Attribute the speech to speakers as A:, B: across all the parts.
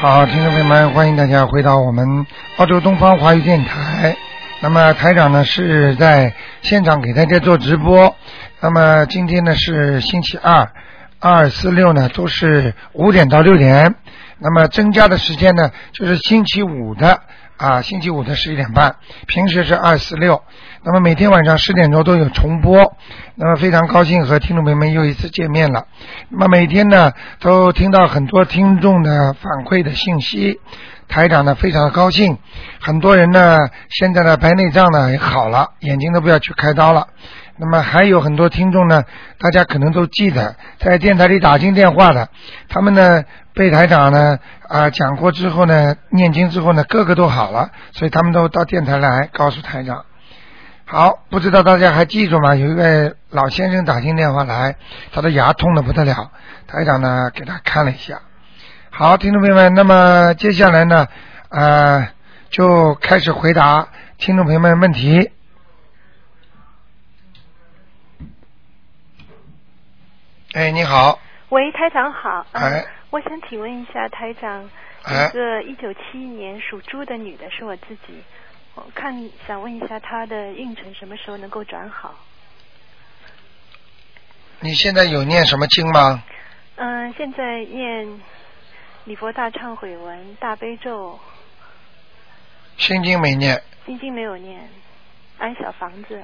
A: 好，听众朋友们，欢迎大家回到我们澳洲东方华语电台。那么台长呢是在现场给大家做直播。那么今天呢是星期二，二四六呢都是五点到六点。那么增加的时间呢就是星期五的啊，星期五的十一点半，平时是二四六。那么每天晚上十点钟都有重播。那么非常高兴和听众朋友们又一次见面了。那么每天呢都听到很多听众的反馈的信息，台长呢非常的高兴。很多人呢现在的白内障呢也好了，眼睛都不要去开刀了。那么还有很多听众呢，大家可能都记得在电台里打进电话的，他们呢被台长呢啊、讲过之后呢，念经之后呢，个个都好了，所以他们都到电台来告诉台长。好，不知道大家还记住吗？有一位老先生打进电话来，他的牙痛的不得了，台长呢给他看了一下。好，听众朋友们，那么接下来呢，呃，就开始回答听众朋友们问题。哎，你好，
B: 喂，台长好。嗯、
A: 哎
B: 我想请问一下台长，
A: 哎
B: 一个一九七一年属猪的女的是我自己，我看想问一下她的运程什么时候能够转好？
A: 你现在有念什么经吗？
B: 嗯、现在念礼佛大忏悔文、大悲咒、
A: 心经没念，
B: 心经没有念，安小房子。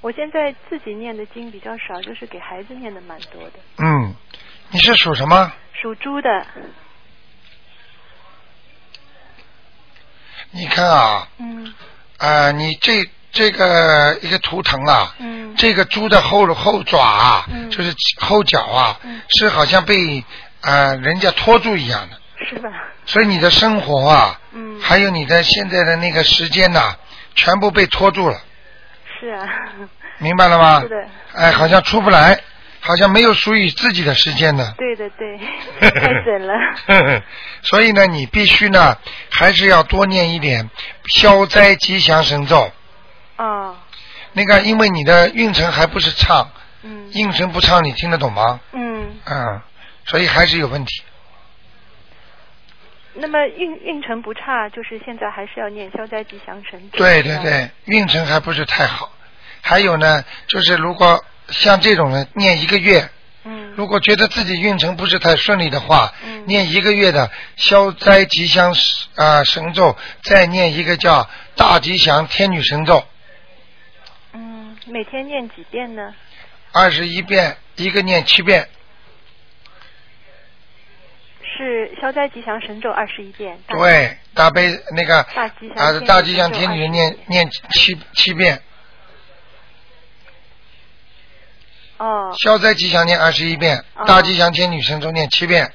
B: 我现在自己念的经比较少，就是给孩子念的蛮多的。
A: 嗯，你是属什么？
B: 属猪的，
A: 你看啊，
B: 嗯
A: 啊，你这这个一个图腾啊，
B: 嗯
A: 这个猪的后后爪啊，
B: 嗯
A: 就是后脚啊，
B: 嗯
A: 是好像被呃人家拖住一样的，
B: 是吧？
A: 所以你的生活啊，
B: 嗯，
A: 还有你的现在的那个时间呐、全部被拖住了，
B: 是啊，
A: 明白了吗
B: 是？的。
A: 哎，好像出不来，好像没有属于自己的时间呢。
B: 对的，对，太准了。
A: 所以呢，你必须呢，还是要多念一点消灾吉祥神咒。
B: 哦，
A: 那个，因为你的运程还不是畅，
B: 嗯
A: 运程不畅，你听得懂吗？
B: 嗯，
A: 嗯，所以还是有问题。
B: 那么运运程不差，就是现在还是要念消灾吉祥神咒。
A: 对对
B: 是吧。
A: 对，运程还不是太好。还有呢，就是如果像这种人念一个月，
B: 嗯
A: 如果觉得自己运程不是太顺利的话，
B: 嗯
A: 念一个月的消灾吉祥啊、呃神咒，再念一个叫大吉祥天女神咒，
B: 嗯，每天念几遍呢？
A: 二十一遍，一个念七遍，
B: 是消灾吉祥神咒二十一遍。大
A: 对，大悲那个
B: 大吉祥
A: 啊、
B: 天女
A: 大吉祥
B: 咒
A: 天女
B: 21
A: 念
B: 遍
A: 念七七遍，
B: 哦
A: 消灾吉祥念二十一遍，
B: 哦
A: 大吉祥天女神咒念七遍。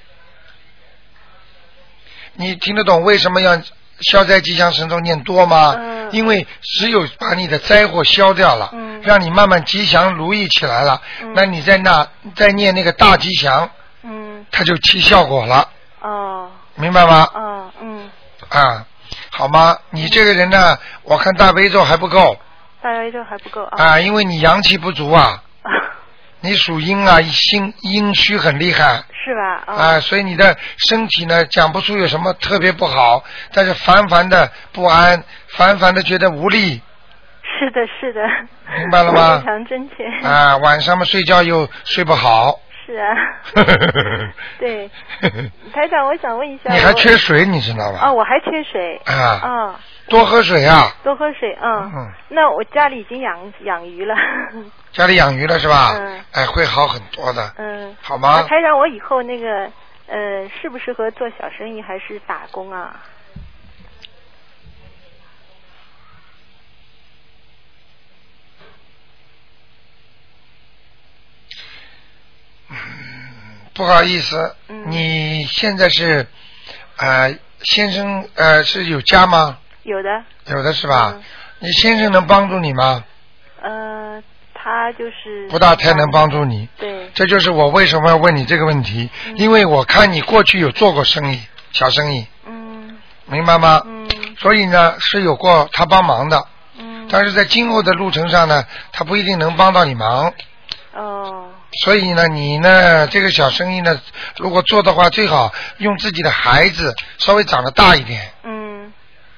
A: 你听得懂为什么要消灾吉祥神咒念多吗？
B: 嗯
A: 因为只有把你的灾祸消掉了，
B: 嗯
A: 让你慢慢吉祥如意起来了，
B: 嗯
A: 那你在那再念那个大吉祥，
B: 嗯
A: 它就起效果了，
B: 哦
A: 明白吗？
B: 哦嗯，
A: 啊，好吗？你这个人呢，我看大悲咒还不够
B: 大悲咒还不够啊。
A: 啊，因为你阳气不足 啊，你属阴啊，心阴虚很厉害。
B: 是吧？
A: 啊，
B: 哦
A: 所以你的身体呢，讲不出有什么特别不好，但是烦烦的不安，烦烦的觉得无力
B: 是的，是的。
A: 明白了吗
B: 非常正确。
A: 啊，晚上嘛睡觉又睡不 好。
B: 是啊。对，台长，我想问一下。
A: 你还
B: 我
A: 缺水，你知道吧？
B: 哦，我还缺水。
A: 啊，
B: 啊、
A: 多喝水啊。
B: 多喝水，嗯。
A: 嗯，
B: 那我家里已经养养鱼了，
A: 家里养鱼了是吧？
B: 嗯
A: 哎，会好很多的，
B: 嗯。
A: 好
B: 那
A: 吗？
B: 台长，我以后那个呃，适不适合做小生意还是打工啊？
A: 不好意思，
B: 嗯
A: 你现在是呃，先生呃是有家吗？
B: 有的，
A: 有的是吧？
B: 嗯
A: 你先生能帮助你吗？
B: 呃，他就是
A: 不大太能帮助你。
B: 嗯对，
A: 这就是我为什么要问你这个问题，
B: 嗯
A: 因为我看你过去有做过生意，小生意，
B: 嗯
A: 明白吗？
B: 嗯
A: 所以呢，是有过他帮忙的，
B: 嗯。
A: 但是在今后的路程上呢，他不一定能帮到你忙，
B: 哦，
A: 所以呢，你呢这个小生意呢，如果做的话，最好用自己的孩子稍微长得大一点，
B: 嗯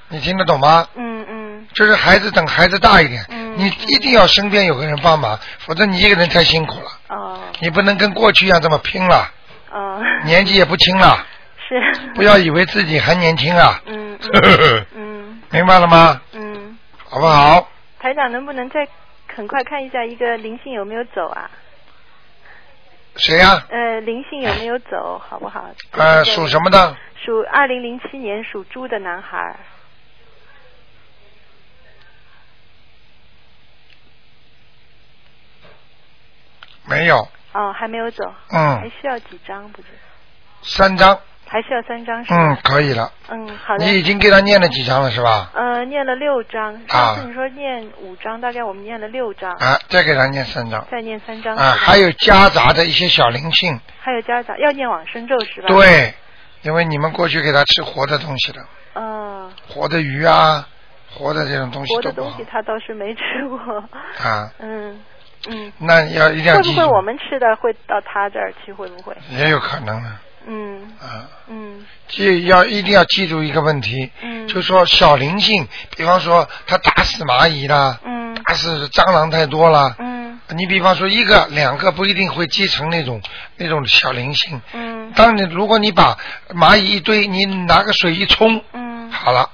A: 你听得懂吗？
B: 嗯嗯
A: 就是孩子等孩子大一点，
B: 嗯
A: 你一定要身边有个人帮忙，否则你一个人太辛苦了，
B: 哦
A: 你不能跟过去一样这么拼了，
B: 哦，
A: 年纪也不轻了，
B: 是
A: 不要以为自己还年轻啊，
B: 嗯 嗯
A: 明白了吗？
B: 嗯嗯，
A: 好不好？
B: 台长能不能再很快看一下一个灵性有没有走啊？
A: 谁哎呀、
B: 呃，灵性有没有走，好不好？
A: 呃，属什么的？
B: 属二零零七年属猪的男孩儿。
A: 没有，
B: 哦，还没有走，还
A: 嗯，
B: 需要几张？不知道，
A: 三张，
B: 还需要三张是
A: 嗯
B: 吧？，
A: 可以了。
B: 嗯嗯，好
A: 你已
B: 嘞。
A: 经给他念了几张了是吧？
B: 呃，念了六张，
A: 啊
B: 上次你说念五张，大概我们念了六张，
A: 啊，再给他念三张。
B: 再念三张。
A: 啊，
B: 是吧
A: 还有夹杂的一些小灵性，
B: 还有家长要念往生咒是吧？。
A: 对，因为你们过去给他吃活的东西了，
B: 嗯，
A: 活的鱼啊，活的这种东西
B: 活
A: 都
B: 的
A: 不
B: 东
A: 好
B: 西他倒是没吃过。
A: 啊。
B: 嗯嗯，
A: 那要一定要
B: 会
A: 记
B: 不
A: 住
B: 会，我们吃的会到他这儿去？会不会？
A: 也有可能啊
B: 嗯
A: 啊。
B: 嗯
A: 记要一定要记住一个问题，
B: 嗯。
A: 就说小灵性，比方说他打死蚂蚁啦，
B: 嗯
A: 打死蟑螂太多啦。
B: 嗯
A: 你比方说一个两个不一定会积成那种那种小灵性。
B: 嗯
A: 当你如果你把蚂蚁一堆，你拿个水一冲，
B: 嗯
A: 好了，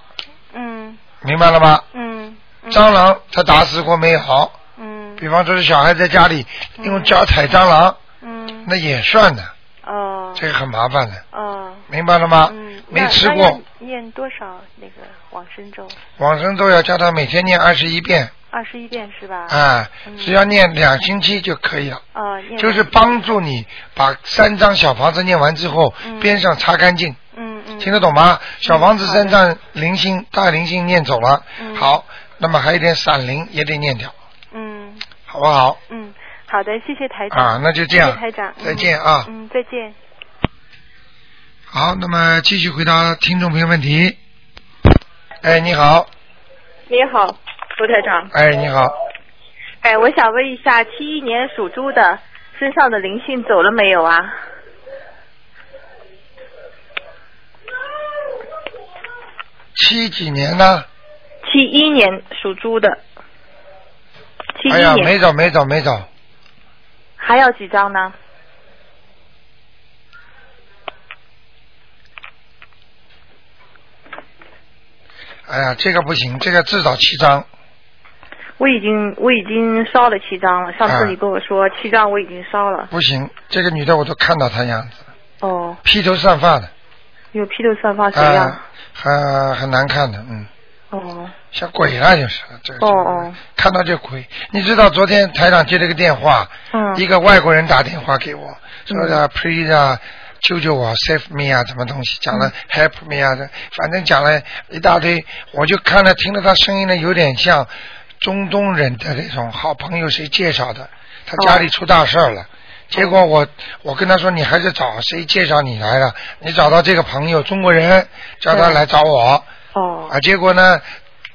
B: 嗯
A: 明白了吗？
B: 嗯嗯
A: 蟑螂它打死过没有？
B: 嗯
A: 比方说是小孩在家里用脚踩蟑螂，
B: 嗯
A: 那也算的，
B: 哦
A: 这个很麻烦的，
B: 哦
A: 明白了吗
B: 嗯？
A: 啊没
B: 那
A: 吃
B: 那
A: 过
B: 要念多少那个往生咒？
A: 往生咒要叫他每天念二十一遍，
B: 二十一遍是吧？
A: 啊，
B: 嗯
A: 只要念两星期就可以了。
B: 哦，念
A: 就是
B: 完
A: 帮助你把三张小房子念完之后，
B: 嗯
A: 边上擦干净，
B: 嗯嗯
A: 听得懂吗？小房子
B: 好的
A: 三张零星大零星念走了，
B: 嗯
A: 好，那么还有一点闪灵也得念掉，
B: 嗯
A: 好不好？
B: 嗯，好的，谢谢台长
A: 啊，那就这样
B: 谢谢台长，，嗯
A: 再见啊。
B: 嗯，再见。
A: 好，那么继续回答听众朋友问题。哎，你好，
C: 你好，卢台长。
A: 哎，你好，
C: 哎，我想问一下，七一年属猪的身上的灵性走了没有啊？
A: 七几年呢？
C: 七一年属猪的，七一
A: 哎呀，
C: 年、
A: 没找，没找，没找，
C: 还要几张呢？
A: 哎呀，这个不行，这个至少七张，
C: 我已经我已经烧了七张了，上
A: 啊
C: 次你跟我说、七张我已经烧了。
A: 不行，这个女的我都看到她样子，
C: 哦，
A: 披头散发的，
C: 有披头散发谁呀、
A: 啊，很很难看的，嗯，
C: 哦
A: 像鬼了就是，这个
C: 哦哦，
A: 看到就鬼。你知道昨天台长接了个电话，
C: 嗯
A: 一个外国人打电话给我，说的 please 啊，救救我，save me 啊，什么东西，讲了 help me 啊，这反正讲了一大堆，我就看了听了他声音呢，有点像中东人的那种好朋友谁介绍的，他家里出大事儿了。结果
C: 嗯
A: 我我跟他说你还是找谁介绍你来了？你找到这个朋友中国人，叫他
C: 对
A: 来找我
C: 哦
A: 啊。结果呢，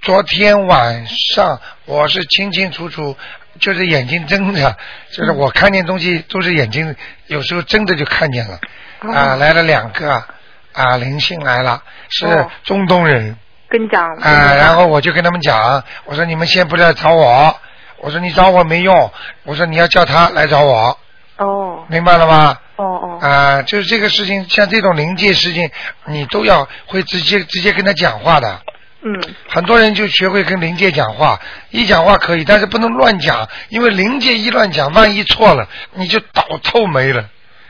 A: 昨天晚上我是清清楚楚，就是眼睛睁着，就是
C: 嗯
A: 我看见东西都是眼睛，有时候睁着就看见了。啊，
C: 哦
A: 来了两个啊，灵性来了，是
C: 哦嗯
A: 中东人
C: 跟你讲，
A: 啊。然后我就跟他们讲，我说你们先不要找我，我说你找我没用，我说你要叫他来找我，
C: 哦
A: 明白了吗？
C: 哦哦
A: 啊，就是这个事情，像这种灵界事情，你都要会直接直接跟他讲话的。
C: 嗯
A: 很多人就学会跟灵界讲话，一讲话可以，但是不能乱讲，因为灵界一乱讲，万一错了，你就倒透霉了。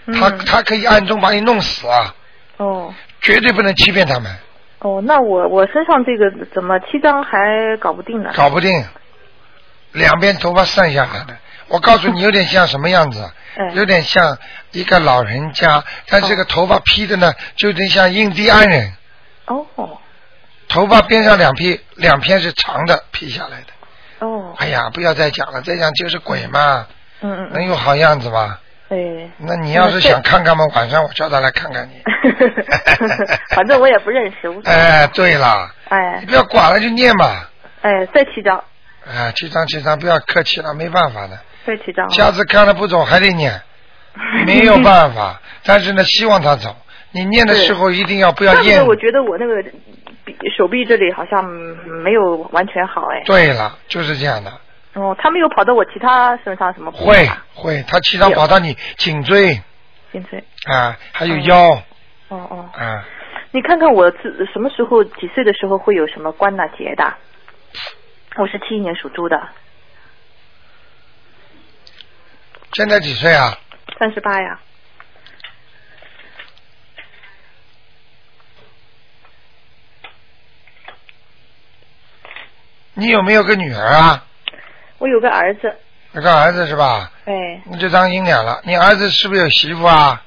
C: 嗯
A: 他他可以暗中把你弄死啊，
C: 哦
A: 绝对不能欺骗他们，
C: 哦，那我我身上这个怎么七张还搞不定呢？
A: 搞不定。两边头发散下来的，我告诉你，有点像什么样子 啊？
C: 哎
A: 有点像一个老人家，但这个头发披的呢，就有点像印第安人。
C: 哦哦
A: 头发边上两片两片是长的披下来的。
C: 哦
A: 哎呀，不要再讲了，再讲就是鬼嘛，
C: 嗯嗯
A: 能有好样子吗？
C: 嗯 哎。
A: 那你要是想看看嘛，晚上我叫他来看看 你。
C: 反正我也不认识，无所谓。
A: 哎，对了，你
C: 哎
A: 不要管了，就念吧。
C: 哎，再七张。
A: 哎，七张七张，不要客气了，没办法的。
C: 这几张。
A: 下次看了不走还得念， 没有办法。但是呢，希望他走。你念的时候一定要不要
C: 怪不
A: 厌
C: 得我觉得我那个比手臂这里好像没有完全好哎。
A: 对了，就是这样的，
C: 哦，他没有跑到我其他身上什么部位
A: 会
C: 吧？
A: 会，他气场跑到你颈椎
C: 颈椎。
A: 啊，还有腰
C: 哦哦，
A: 啊，
C: 你看看我自什么时候几岁的时候会有什么关呐结的？我是七一年属猪的，
A: 现在几岁啊？
C: 三十八呀。
A: 你有没有个女儿啊？
C: 我有个儿子，
A: 有个儿子是吧？
C: 哎，
A: 那就当阴脸了。你儿子是不是有媳妇啊？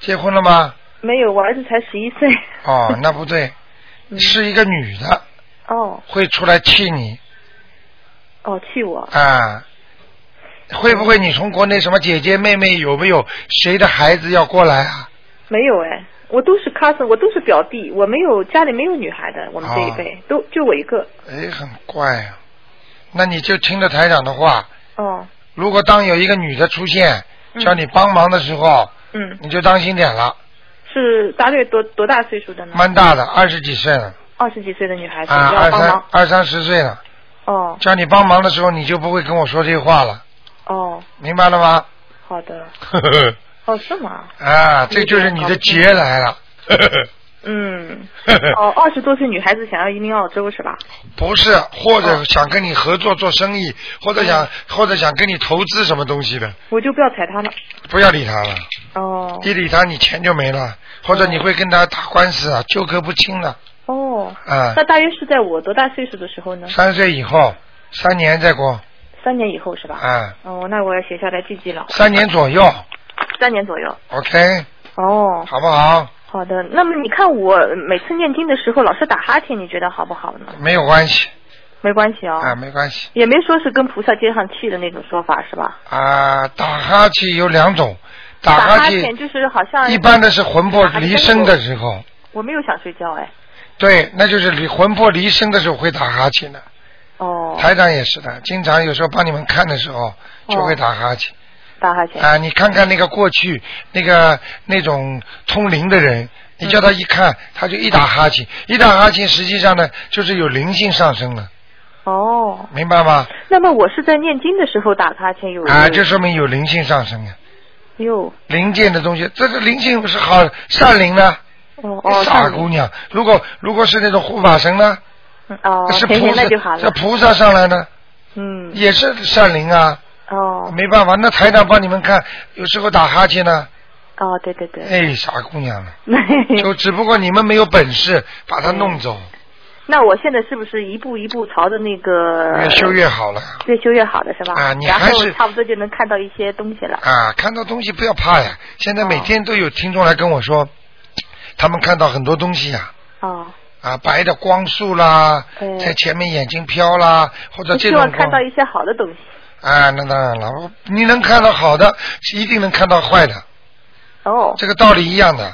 A: 结婚了吗？
C: 没有，我儿子才十一岁。
A: 哦，那不对，
C: 嗯
A: 是一个女的
C: 哦
A: 会出来气你
C: 哦，气我
A: 啊。会不会你从国内什么姐姐妹妹有没有谁的孩子要过来啊？
C: 没有哎，我都是 cousin，我都是表弟，我没有家里没有女孩的，我们这一辈、
A: 啊
C: 都就我一个。
A: 哎，很怪啊。那你就听着台长的话，
C: 哦，
A: 如果当有一个女的出现
C: 嗯
A: 叫你帮忙的时候，
C: 嗯，
A: 你就当心点了，
C: 是大概多多大岁数的呢？
A: 蛮大的，二十几岁了
C: 二十几岁的女孩子、
A: 啊，
C: 嗯要
A: 二
C: 帮
A: 三
C: 忙。
A: 二三十岁了，
C: 哦
A: 叫你帮忙的时候，你就不会跟我说这话了，
C: 哦，
A: 明白了吗？
C: 好的。
A: 呵呵
C: 哦，是吗？
A: 呵啊，这就是你的劫来 了。呵呵
C: 嗯。
A: 呵呵
C: 哦，二十多岁女孩子想要移民澳洲是吧？
A: 不是，或者想跟你合作做生意，或者
C: 嗯
A: 想或者想跟你投资什么东西的，
C: 我就不要踩她了。
A: 不要理他了，
C: 哦
A: 一理他你钱就没了，或者你会跟他打官司啊，纠葛不清的
C: 哦，
A: 啊
C: 那。大约是在我多大岁数的时候呢？
A: 三岁以后，三年再过
C: 三年以后是吧？
A: 啊，
C: 哦，那我要写下来记记了，
A: 三年左右
C: 三年左右。
A: ，OK，
C: 哦，
A: 好不好？
C: 好的。那么你看我每次念经的时候老是打哈欠，你觉得好不好呢？
A: 没有关系
C: 没关系哦，
A: 啊，没关系。
C: 也没说是跟菩萨接上气的那种说法是吧？
A: 啊，打哈欠有两种，打
C: 打
A: 哈
C: 哈
A: 欠
C: 欠就是好像
A: 一般的是魂魄离身的时候，
C: 我没有想睡觉哎。
A: 对，那就是离魂魄离身的时候会打哈欠的。
C: 哦，
A: 台长也是的，经常有时候帮你们看的时候就会打哈欠。
C: 打哈欠。
A: 啊，你看看那个过去那个那种通灵的人，你叫他一看，他就一打哈欠，一打哈欠，实际上呢就是有灵性上升了，
C: 哦，
A: 明白吗？
C: 那么我是在念经的时候打哈欠有
A: 啊，就说明有灵性上升啊，
C: 有
A: 灵界的东西，这个灵性不是好善灵呢。
C: 哦哦，
A: 傻姑娘，如果如果是那种护法神呢，
C: 嗯哦，
A: 是
C: 甜
A: 菩
C: 甜
A: 萨
C: 那就好，
A: 这
C: 了。
A: 菩萨上来呢，
C: 嗯，
A: 也是善灵啊，
C: 哦
A: 没办法，那台长帮你们看，有时候打哈欠呢，
C: 哦，对对对。
A: 哎，傻姑娘 了，就只不过你们没有本事把它弄走，
C: 那我现在是不是一步一步朝着那个
A: 越修越好了
C: 越修越好的是吧？
A: 啊你
C: 然
A: 还
C: 后
A: 是
C: 差不多就能看到一些东西了。
A: 啊！看到东西不要怕呀，现在每
C: 哦
A: 天都有听众来跟我说，他们看到很多东西呀、
C: 哦，
A: 啊，白的光束啦，
C: 嗯
A: 在前面眼睛飘啦，或者
C: 就
A: 这
C: 希
A: 种
C: 望看
A: 光
C: 到一些好的东 西。
A: 啊，那当然了，我你能看到好的，是一定能看到坏的，
C: 哦
A: 这个道理一样的，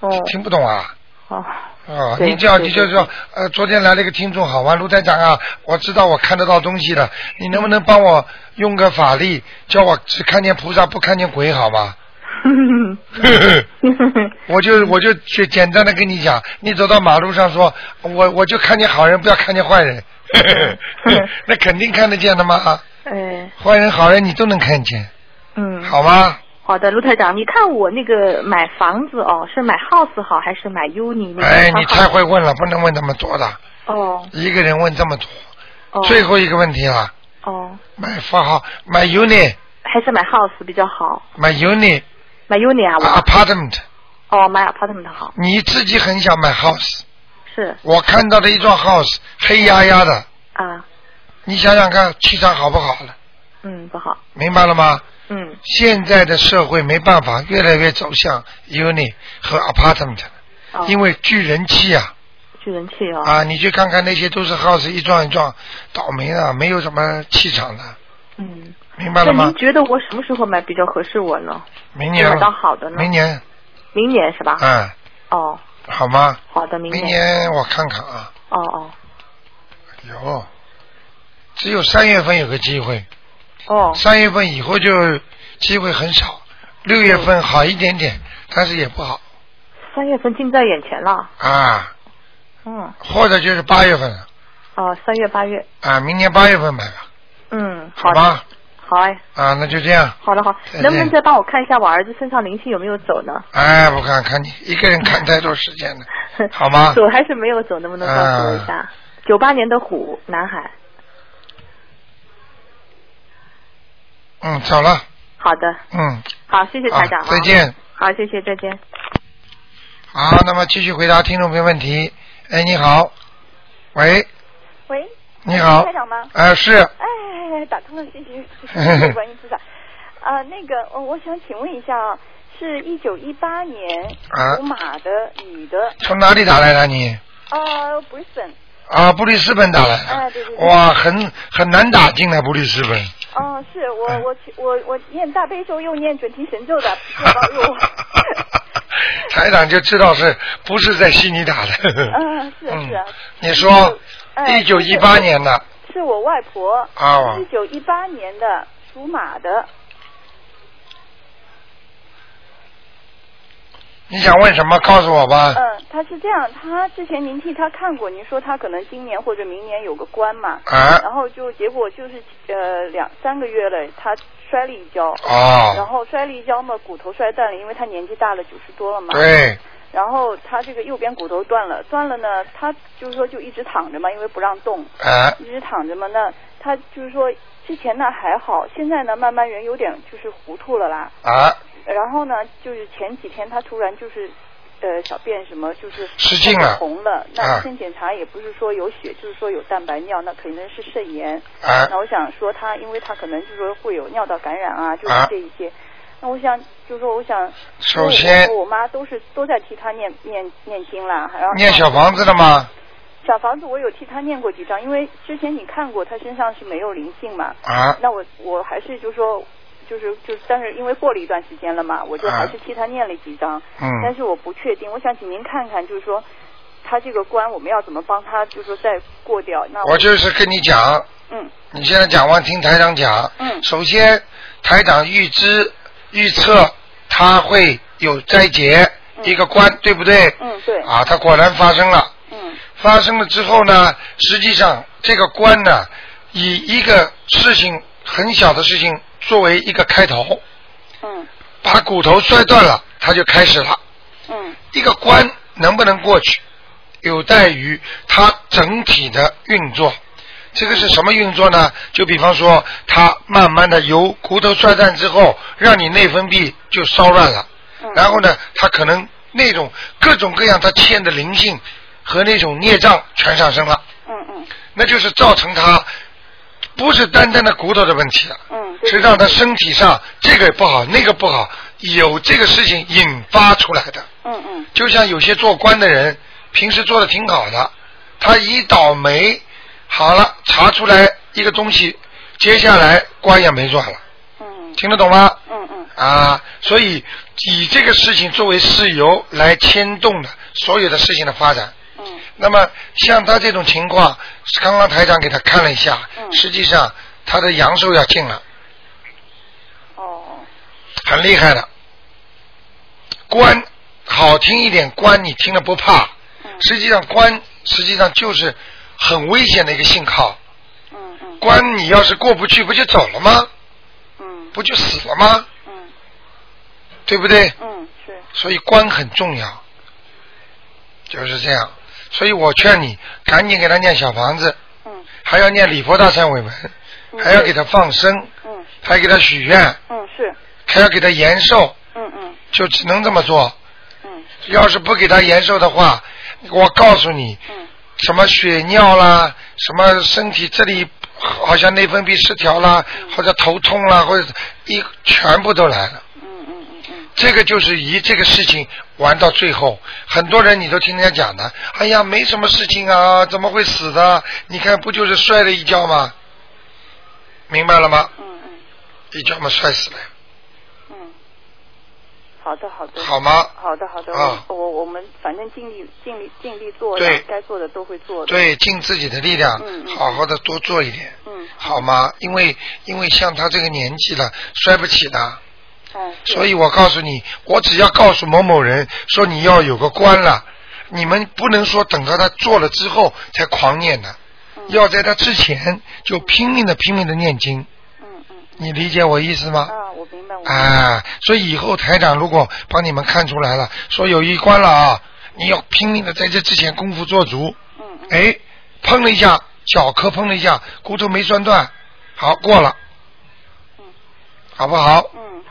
C: 哦
A: 听不懂啊？
C: 哦
A: 啊，
C: 对
A: 你只要
C: 对
A: 你就
C: 对
A: 说，呃，昨天来了一个听众，好玩，卢台长啊，我知道我看得到东西了，你能不能帮我用个法力，叫我只看见菩萨不看见鬼，好吗？ 我
C: 嗯
A: 就我就简简单的跟你讲，你走到马路上说，我我就看见好人，不要看见坏 人， 那肯定看得见的嘛，
C: 哎
A: 坏人好人你都能看见，
C: 嗯
A: 好吗？
C: 好的，卢台长，你看我那个买房子哦，是买 house 好还是买 uni 那个？
A: 哎，你太会问了，不能问那么多的。
C: 哦
A: 一个人问这么多，
C: 哦
A: 最后一个问题了，
C: 哦，
A: 买房好，买 unit，
C: 还是买 house 比较好，
A: 买 unit
C: 买 uni 啊，我、
A: 啊 apartment，
C: 哦买 apartment 好
A: 你自己很想买 house，
C: 是
A: 我看到的一幢 house 黑压压的，
C: 啊
A: 你想想看气场好不好了，
C: 嗯不好
A: 明白了吗？
C: 嗯
A: 现在的社会没办法，越来越走向 unit 和 apartment，
C: 哦
A: 因为聚人气啊
C: 聚人气哦
A: 啊！你去看看那些都是 house 一幢一幢，倒霉了，没有什么气场的，
C: 嗯，
A: 明白
C: 那
A: 了吗
C: 您？觉得我什么时候买比较合适我呢？
A: 明年啊
C: 买到好的呢
A: 明年
C: 明年是吧？
A: 嗯，
C: 哦
A: 好吗？
C: 好的，明
A: 明年我看看啊，
C: 哦哦
A: 有，只有三月份有个机会，
C: 哦，
A: 三月份以后就机会很少，六月份好一点点，但是也不好
C: 三月份近在眼前了。
A: 啊。
C: 嗯，
A: 或者就是八月份了
C: 哦，三月八月，
A: 啊，明年八月份买吧，
C: 嗯，好
A: 好
C: 的，
A: 吧？
C: 好哎，
A: 啊，那就这样。
C: 好的好
A: 再，见
C: 能不能再帮我看一下我儿子身上灵性有没有走呢？
A: 哎，我看看你一个人看太多时 间了，好吗？啊
C: 走还是没有走？能不能告诉我一下？九八年的虎男孩，
A: 嗯，走了，
C: 好的，
A: 嗯，
C: 好，谢谢
A: 啊
C: 台长，，
A: 再，见。
C: 好，谢谢，再见。
A: 好，那么继续回答听众朋友问题。哎，你好，喂，
D: 喂，
A: 你好
D: 台，长吗？
A: 啊，是，
D: 哎，打通了，谢谢，谢谢观音菩萨。呃，那个，呃我想请问一下啊，是一九一八年
A: 啊
D: 属马的女的，
A: 从哪里打来的你？
D: 呃，不是省，
A: 啊，布里斯本打来的，
D: 哎对对对
A: 哇，很很难打进来布里斯本，
D: 嗯、是我
A: 嗯
D: 我我我念大悲咒又念准提神咒的，不知道又，
A: 台长就知道是不是在悉尼 打的，
D: 嗯，是是啊
A: 嗯，，你说
D: 哎
A: 一九一八年的
D: 是我外婆，
A: 啊
D: 一，九一八年的属马的，
A: 你想问什么？告诉我吧。
D: 嗯，他是这样，他之前您替他看过，您说他可能今年或者明年有个关嘛，
A: 啊，
D: 然后就结果就是呃两三个月了，他摔了一跤，然
A: 哦，
D: 后摔了一跤嘛，骨头摔断了，因为他年纪大了，九十多了嘛。。
A: 对，
D: 然后他这个右边骨头断了，断了呢，他就是说就一直躺着嘛，因为不让动，
A: 啊，
D: 一直躺着嘛。那他就是说之前呢还好，现在呢慢慢人有点就是糊涂了啦。
A: 啊，
D: 然后呢，就是前几天他突然就是。呃，小便什么就是
A: 失禁了
D: 红了。
A: 啊
D: 那医生检查也不是说有血，就是说有蛋白尿，那可能是肾炎。
A: 啊，
D: 那我想说他，因为他可能就是说会有尿道感染啊，就是
A: 啊
D: 这一些。那我想就是说，我想
A: 首先
D: 因为我和我妈都是都在替他念念念经啦，然后
A: 念小房子了吗？
D: 小房子我有替他念过几张，因为之前你看过他身上是没有灵性嘛。
A: 啊，
D: 那我我还是就是说。就是就是，但是因为过了一段时间了嘛，我就
A: 啊
D: 还是替他念了几张，但
A: 嗯，
D: 是我不确定，我想请您看看，就是说他这个关我们要怎么帮他，就是说再过掉。那
A: 我就是跟你讲，
D: 嗯
A: 你现在讲完听台长讲，
D: 嗯
A: 首先台长预知预测他会有灾劫、
D: 嗯
A: 一个关，对不对？
D: 嗯对
A: 啊，它果然发生了。
D: 嗯
A: 发生了之后呢，实际上这个关呢，以一个事情很小的事情作为一个开头，
D: 嗯
A: 把骨头摔断了，它就开始了。
D: 嗯
A: 一个关能不能过去，有待于它整体的运作。这个是什么运作呢？就比方说，它慢慢的由骨头衰断之后，让你内分泌就骚乱了，
D: 嗯，
A: 然后呢，它可能那种各种各样它欠的灵性和那种孽障全上升了，
D: 嗯嗯
A: 那就是造成它不是单单的骨头的问题了，啊
D: 嗯，对
A: 是让他身体上这个不好那个不好，有这个事情引发出来的。
D: 嗯嗯
A: 就像有些做官的人，平时做的挺好的，他一倒霉，好了，查出来一个东西，接下来官也没赚了，
D: 嗯
A: 听得懂吗？
D: 嗯嗯
A: 啊，所以以这个事情作为事由来牵动的所有的事情的发展。
D: 嗯
A: 那么像他这种情况，刚刚台长给他看了一下，
D: 嗯
A: 实际上他的阳寿要尽了，
D: 哦
A: 很厉害的。官好听一点，官你听了不怕，
D: 嗯
A: 实际上官实际上就是很危险的一个信号。
D: 嗯嗯
A: 官你要是过不去，不就走了吗？
D: 嗯
A: 不就死了吗？
D: 嗯
A: 对不对？
D: 嗯是
A: 所以官很重要，就是这样。所以我劝你赶紧给他念小房子，
D: 嗯
A: 还要念礼佛大忏悔文，
D: 嗯
A: 还要给他放生，
D: 嗯
A: 还要给他许愿，
D: 嗯是
A: 还要给他延寿，
D: 嗯嗯
A: 就只能这么做。
D: 嗯
A: 要是不给他延寿的话，我告诉你，
D: 嗯
A: 什么血尿啦，什么身体这里好像内分泌失调啦，
D: 嗯
A: 或者头痛啦，或者一全部都来了。
D: 嗯嗯嗯嗯
A: 这个就是以这个事情玩到最后，很多人你都听人家讲的，哎呀，没什么事情啊，怎么会死的？你看不就是摔了一跤吗？明白了吗？
D: 嗯
A: 一跤嘛摔死了呀，
D: 嗯，好的好的
A: 好吗？啊
D: 好的好的，我我我们反正尽力尽力尽力做，该做的都会做的，
A: 对，尽自己的力量
D: 嗯，嗯
A: 好好的多做一点，
D: 嗯
A: 好吗？因为因为像他这个年纪了，摔不起的。
D: 嗯，是
A: 所以我告诉你，我只要告诉某某人说你要有个关了，你们不能说等到他做了之后才狂念的，
D: 嗯
A: 要在他之前就拼命的拼命的念经。
D: 嗯嗯
A: 你理解我意思吗？
D: 啊，我明白，我明白
A: 啊，所以以后台长如果帮你们看出来了，说有一关了啊，你要拼命的在这之前功夫做足。
D: 嗯嗯
A: 哎，碰了一下，小磕碰了一下，骨头没摔断，好过了
D: 嗯，
A: 好不好？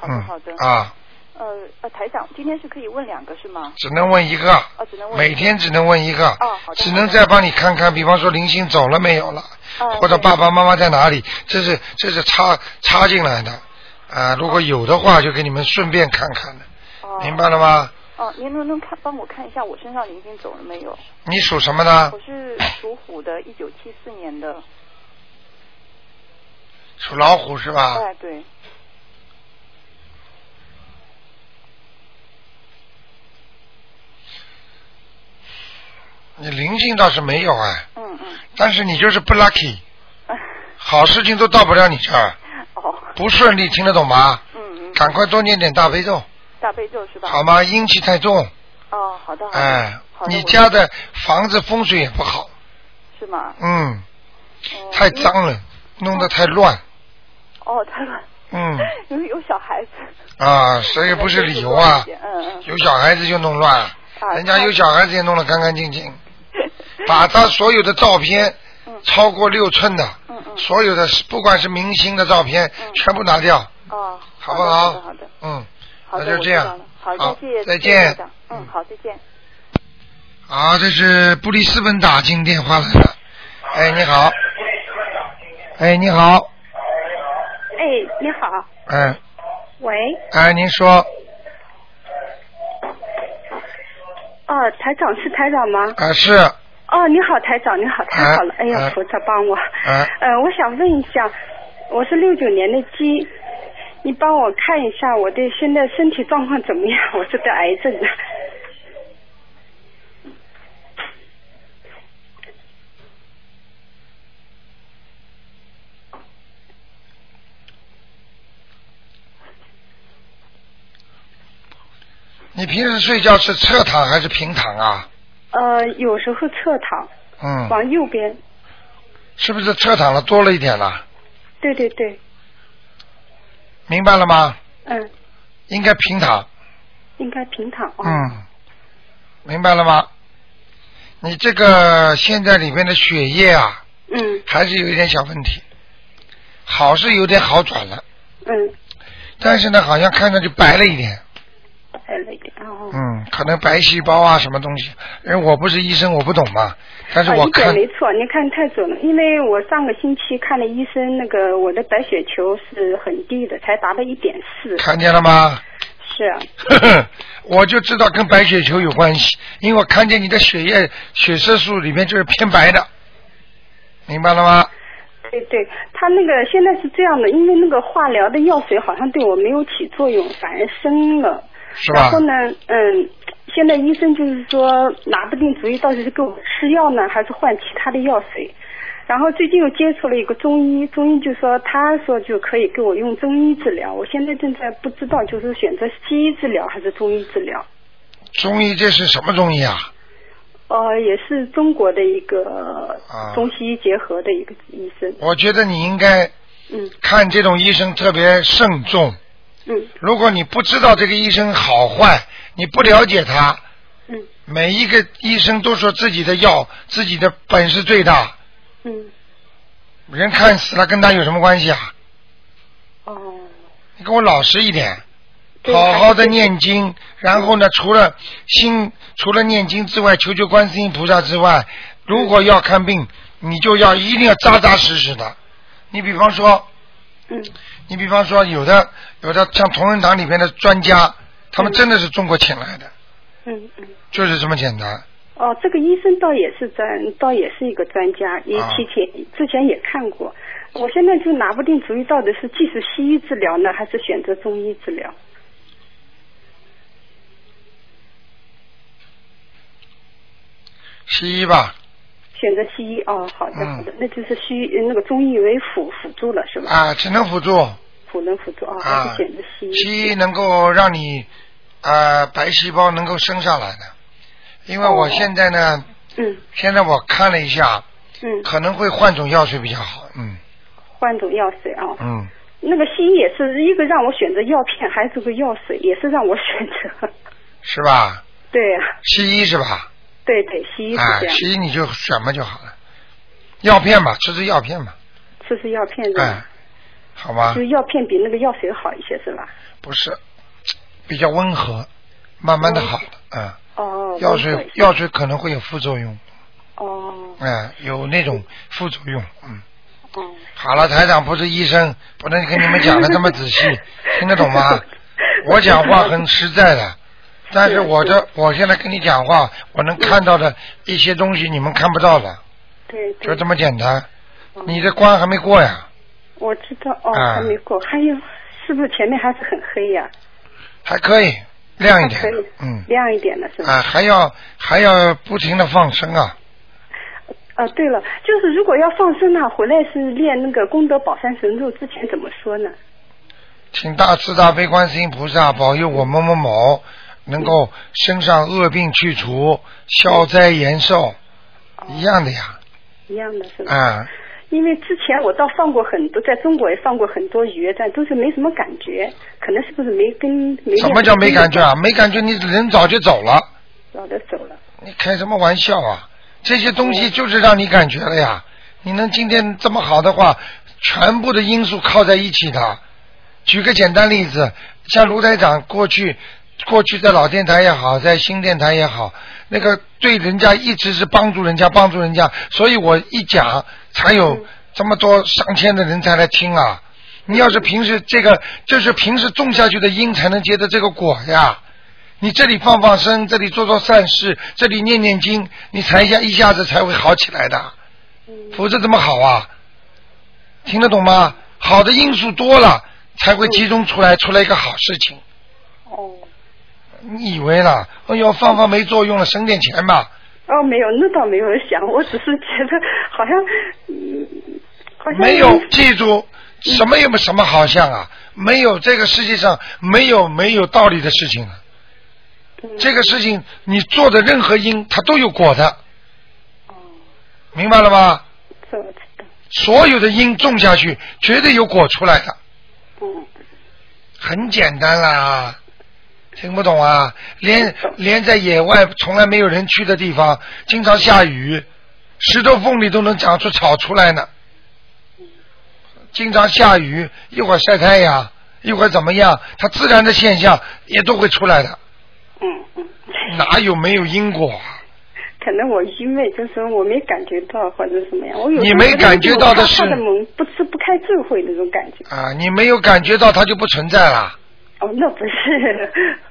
D: 嗯，好的
A: 嗯
D: 好的，，
A: 啊，
D: 呃呃，台长，今天是可以问两个是吗？
A: 只能问一个，
D: 哦，只能问
A: 每天只能问一个
D: 哦好，的
A: 只能再帮你看看，比方说灵性走了没有了，
D: 哦
A: 或者爸
D: 爸。
A: 爸妈妈在哪里，这是这是插插进来的，啊，如果有的话就给你们顺便看看了，
D: 哦
A: 明白了吗？
D: 哦，您能不能看帮我看一下我身上灵性走了没有？
A: 你属什么呢
D: 我？是属虎的，一九七四年的。
A: 属老虎是吧？
D: 哎，对，
A: 你灵性倒是没有哎，
D: 嗯嗯，
A: 但是你就是不 lucky，好事情都到不了你这儿，
D: 哦，
A: 不顺利，听得懂吗？
D: 嗯嗯，
A: 赶快多念点大悲咒，
D: 大悲咒是吧？
A: 好吗？阴气太重，
D: 哦，好的，好的，
A: 哎
D: 好，的，
A: 你
D: 我
A: 家的房子风水也不好，
D: 是吗？
A: 嗯，
D: 哦
A: 太。脏了，弄得太乱，
D: 因为哦，太乱，
A: 嗯，
D: 因 为有小孩子。
A: 啊，所以不是理由啊，
D: 嗯嗯。
A: 有小孩子就弄乱了，
D: 啊
A: 人家有小孩子也弄得干干净 净，把他所有的照片
D: 嗯
A: 超过六寸的，
D: 嗯嗯。
A: 所有的不管是明星的照片
D: 嗯
A: 全部拿掉，
D: 哦，
A: 好
D: 的
A: 不
D: 好
A: 好？
D: 的好的，
A: 嗯，
D: 好
A: 那
D: 的，
A: 就
D: 我
A: 这
D: 知道
A: 样
D: 了。好，
A: 好
D: 的，谢谢
A: 再
D: 谢谢台
A: 见
D: 长。
A: 嗯
D: 嗯，好，再见。
A: 好，啊这是布里斯本打进电话来了。哎，你好。哎，你好。
E: 哎，你好，
A: 哎
E: 喂，
A: 哎，您说，
E: 哦，台长是台长吗？
A: 啊是，
E: 哦，你好，台长，你好，太好了，
A: 哎
E: 哎呀
A: 哎，
E: 菩萨帮我，
A: 哎
E: 呃，我想问一下，我是六九年的鸡，你帮我看一下我的现在身体状况怎么样？我是得癌症的，
A: 你平时睡觉是侧躺还是平躺啊？
E: 呃，有时候侧躺，
A: 嗯，
E: 往右边，
A: 是不是侧躺了多了一点了？
E: 对对对，
A: 明白了吗？
E: 嗯，
A: 应该平躺。
E: 应该平躺啊、哦
A: 嗯，明白了吗？你这个现在里面的血液啊，
E: 嗯
A: 还是有一点小问题，好是有点好转了，
E: 嗯，
A: 但是呢，好像看上去白了一点。
E: 白了一点哦，
A: 嗯，可能白细胞啊，什么东西？因为我不是医生，我不懂嘛。但是
E: 啊，
A: 我
E: 你
A: 看
E: 准，没错，你看太准了，因为我上个星期看了医生，那个我的白血球是很低的，才达到一点四，
A: 看见了吗？
E: 是啊，
A: 呵呵，我就知道跟白血球有关系，因为我看见你的血液血色素里面就是偏白的，明白了吗？
E: 对对，他那个现在是这样的，因为那个化疗的药水好像对我没有起作用，反而升了，
A: 是
E: 然
A: 吧
E: 后？呢，嗯。现在医生就是说拿不定主意，到底是给我吃药呢，还是换其他的药水。然后最近又接触了一个中医，中医就说他说就可以给我用中医治疗。我现在正在不知道，就是选择西医治疗还是中医治疗。
A: 中医这是什么中医啊？
E: 呃，也是中国的一个
A: 啊
E: 中西医结合的一个医生。
A: 我觉得你应该
E: 嗯
A: 看这种医生特别慎重。
E: 嗯
A: 如果你不知道这个医生好坏，你不了解他，
E: 嗯
A: 每一个医生都说自己的药、自己的本事最大，
E: 嗯，
A: 人看死了跟他有什么关系啊？
E: 哦，
A: 你给我老实一点，
E: 对
A: 好好的。
E: 还是
A: 念经，然后呢，除了心除了念经之外，求求观世音菩萨之外，如果要看病，你就要一定要扎扎实实的。你比方说，
E: 嗯
A: 你比方说，有的有的像同仁堂里面的专家，他们
E: 嗯
A: 真的是中国请来的，
E: 嗯嗯。
A: 就是这么简单。
E: 哦，这个医生倒也是专，倒也是一个专家，也
A: 啊
E: 提前、之前也看过。我现在就拿不定主意，到底是继续西医治疗呢，还是选择中医治疗？
A: 西医吧，
E: 选择西医哦，好的好的，那就是西医那个中医为辅辅助了是吧？
A: 嗯啊，只能辅助
E: 辅能辅助啊，还
A: 啊
E: 是选择西医。，
A: 西医能够让你呃白细胞能够升上来的，因为我现在呢，
E: 哦嗯
A: 现在我看了一下，
E: 嗯，
A: 可能会换种药水比较好，嗯
E: 换种药水啊。
A: 嗯，
E: 那个西医也是一个让我选择药片，还是个药水，也是让我选择。
A: 是吧？
E: 对啊
A: 西医是吧？
E: 对对，西医是
A: 啊
E: 这，样，
A: 西医你就什么就好了，药片吧，吃吃药片吧，
E: 吃吃药片是
A: 哎啊
E: 吧？，
A: 好吧
E: 就，是药片比那个药水好一些是吧？
A: 不是，比较温和，慢慢的好了，啊，
E: 哦，
A: 药
E: 温和一
A: 水
E: 些
A: 药水可能会有副作用，
E: 哦
A: 哎，有那种副作用，嗯。
E: 哦，
A: 好了，台长不是医生，不能跟你们讲的这么仔 细，听得懂吗？我讲话很实在的，但是我这我现在跟你讲话，我
E: 嗯
A: 能看到的一些东西你们看不到的，
E: 对
A: 就
E: 对，
A: 这么简单。
E: 嗯
A: 你这关还没过呀，
E: 我知道哦，
A: 啊
E: 还没过，还有是不是前面还是很黑呀？
A: 还可以亮一点
E: 还可以，，
A: 嗯，
E: 亮一点的是吧？
A: 啊，还要还要不停的放生啊，
E: 啊，对了，就是如果要放生呢，回来是练那个功德宝山神咒之前怎么说呢？
A: 请大慈大悲观世音菩萨保佑我某某某能够身上恶病去除，消灾延寿，一样的呀，
E: 一样的是吧？
A: 啊。
E: 因为之前我倒放过很多，在中国也放过很多鱼，但都是没什么感觉，可能是不是没跟没
A: 什么叫没感觉？啊？没感觉，你人早就走了，
E: 早的走了。
A: 你开什么玩笑啊？这些东西就是让你感觉了呀。你能今天这么好的话，全部的因素靠在一起的。举个简单例子，像卢台长过去，过去在老电台也好，在新电台也好，那个对人家一直是帮助人家，帮助人家，所以我一讲才有这么多上千的人才来听啊。你要是平时这个，就是平时种下去的因，才能结的这个果呀。你这里放放生，这里做做善事，这里念念经，你才一下一下子才会好起来的。否则怎么好啊？听得懂吗？好的因素多了，才会集中出来，出来一个好事情。
E: 哦
A: 你以为啦？哎呦，放放没作用了，省点钱吧。
E: 哦，没有，那倒没有想，我只是觉得好像，嗯，好像
A: 没有，记住，什么有什么好像啊？没有，这个世界上没有没有道理的事情了。啊
E: 嗯
A: 这个事情你做的任何因，它都有果的。明白了吗？
E: 是我知道，
A: 所有的因种下去，绝对有果出来的，
E: 嗯，
A: 很简单啦。听不懂啊？连
E: 嗯
A: 连在野外从来没有人去的地方，经常下雨，石头缝里都能长出草出来呢。经常下雨，一会儿晒太阳，一会儿怎么样，它自然的现象也都会出来的。
E: 嗯嗯，
A: 哪有没有因果啊？
E: 可能我愚昧，就是我没感觉到或者什么样，我有
A: 你没感觉到的是
E: 他的蒙不吃不开智慧那种感觉。
A: 啊，你没有感觉到它就不存在了
E: 哦，那不是，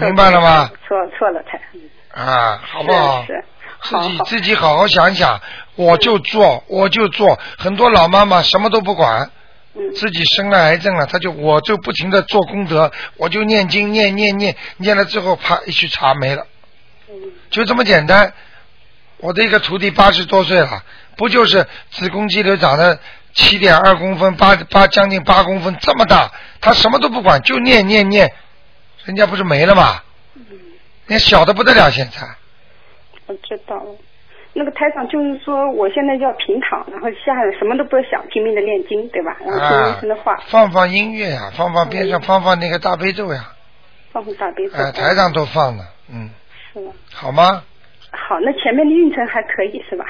A: 明白了吗？
E: 错错了才，嗯
A: 啊，好不好？
E: 是是
A: 自
E: 好嗯
A: 己
E: 好
A: 自己好好想想，我就做，我就做。很多老妈妈什么都不管，
E: 嗯
A: 自己生了癌症了，她就我就不停的做功德，我就念经念念念，念了之后啪一去查没了，
E: 嗯
A: 就这么简单。我的一个徒弟八十多岁了，不就是子宫肌瘤长得七点二公分，八八将近八公分这么大，他什么都不管，就念念念，人家不是没了吗？
E: 嗯
A: 那小的不得了，现在。
E: 我知道了。那个台长就是说，我现在要平躺，然后下来什么都不要想，拼命的念经，对吧？然后听医
A: 啊
E: 生的话，，
A: 放放音乐呀、放放边
E: 嗯
A: 上放放那个大悲咒呀、
E: 放放大悲咒。
A: 哎、 台上都放了，嗯，
E: 是吗？
A: 好吗？
E: 好，那前面的运程还可以是吧？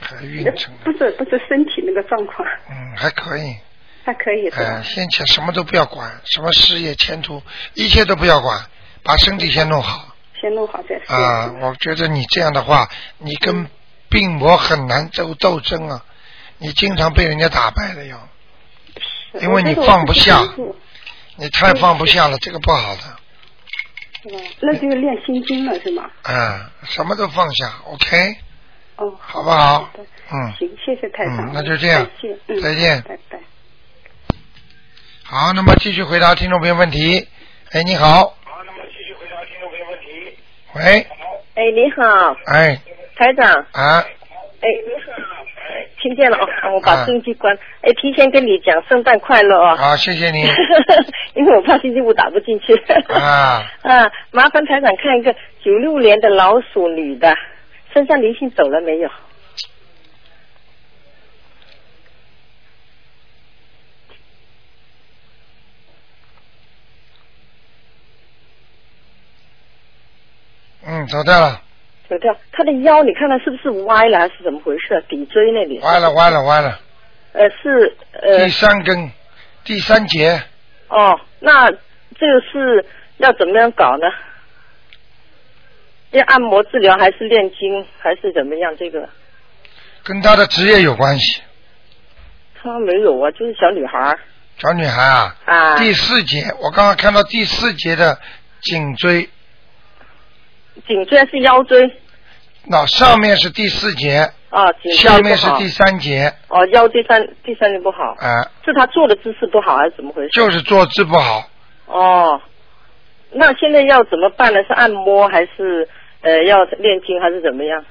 A: 还运程啊的，
E: 不是不是身体那个状况，
A: 嗯，还可以，
E: 还可以是
A: 哎、
E: 吧？
A: 先前什么都不要管，什么事业前途，一切都不要管，把身体先弄好
E: 先弄好再说。
A: 啊、我觉得你这样的话，你跟病魔很难斗斗争啊，你经常被人家打败的哟，
E: 是
A: 因为你
E: 我觉得我
A: 放不
E: 自己
A: 下
E: 能做
A: 你
E: 嗯
A: 太放不下了，这个不好的，
E: 是吧？嗯那就练心经了是吗？
A: 嗯，什么都放下，OK，
E: 哦，
A: 好不好
E: 好的？
A: 嗯。
E: 行，谢谢台长
A: 嗯。那就这样
E: 感谢，嗯，
A: 再见
E: 拜拜。
A: 好，那么继续回答听众朋友问题。哎，你好。好，那么继续回答听众朋友问题。喂，
F: 哎，你好，
A: 哎，
F: 台长，
A: 啊，
F: 哎，听见了哦，我把收音机关了。哎，提前跟你讲圣诞快乐哦。
A: 好，谢谢啊 你
F: 因为我怕星期五打不进去。
A: 啊。
F: 啊，麻烦台长看一个九六年的老鼠女的，身上灵性走了没有？
A: 嗯，走掉了，
F: 走掉。她的腰，你看她是不是歪了，还是怎么回事？底椎那里。
A: 歪了，歪了，歪了。
F: 呃，是呃
A: 第。三根，第三节，
F: 哦，那这个是要怎么样搞呢？要按摩治疗还是练经还是怎么样？这个
A: 跟他的职业有关系。
F: 她没有啊，就是小女孩儿
A: 小女孩啊，
F: 啊。
A: 第四节，我刚刚看到第四节的颈椎，
F: 颈椎是腰椎
A: 那上面是第四节，
F: 啊，颈椎
A: 下
F: 不
A: 面是
F: 好
A: 第三节，
F: 哦，腰椎三第三年不好，
A: 啊，
F: 是她坐的姿势不好还是怎么回事？
A: 就是坐姿不好，
F: 哦，那现在要怎么办呢？是按摩还是呃要练经还是怎么样？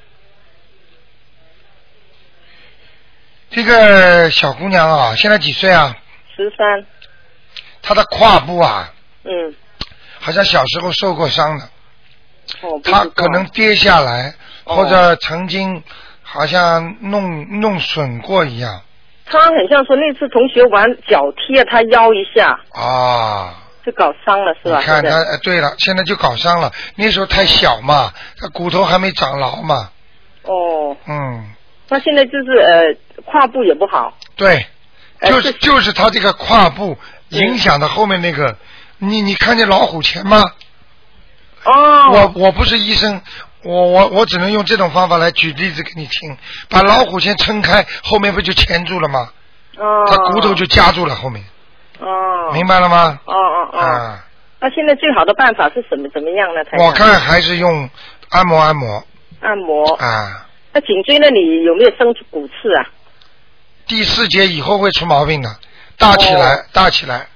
A: 这个小姑娘啊，现在几岁啊？
F: 十三，
A: 她的胯部啊，
F: 嗯，
A: 好像小时候受过伤的，
F: 哦，不知道
A: 她可能跌下来，
F: 哦
A: 或者曾经好像弄弄损过一样
F: 他很像说那次同学玩脚踢了他腰一下，
A: 啊。
F: 就搞伤了是
A: 你
F: 吧？
A: 看
F: 现在
A: 她，呃对了，现在就搞伤了，那时候太小嘛，她骨头还没长牢嘛，
F: 哦，
A: 嗯，
F: 他现在就是呃胯部也不好，
A: 对，
F: 呃
A: 就是
F: 是
A: 就是她这个胯部影响的后面那个，你你看见老虎钳吗？
F: 哦
A: 我我不是医生，我我我只能用这种方法来举例子给你听。
F: 嗯
A: 把老虎先撑开，后面不就钳住了吗？
F: 哦，
A: 它骨头就夹住了后面，
F: 哦
A: 明白了吗？
F: 哦哦哦，
A: 啊，
F: 那现在最好的办法是什么？怎么样呢？台长
A: 我看还是用按摩按摩
F: 按摩，
A: 啊。
F: 那颈椎那里有没有生出骨刺啊？
A: 第四节以后会出毛病的，大起来，大起来。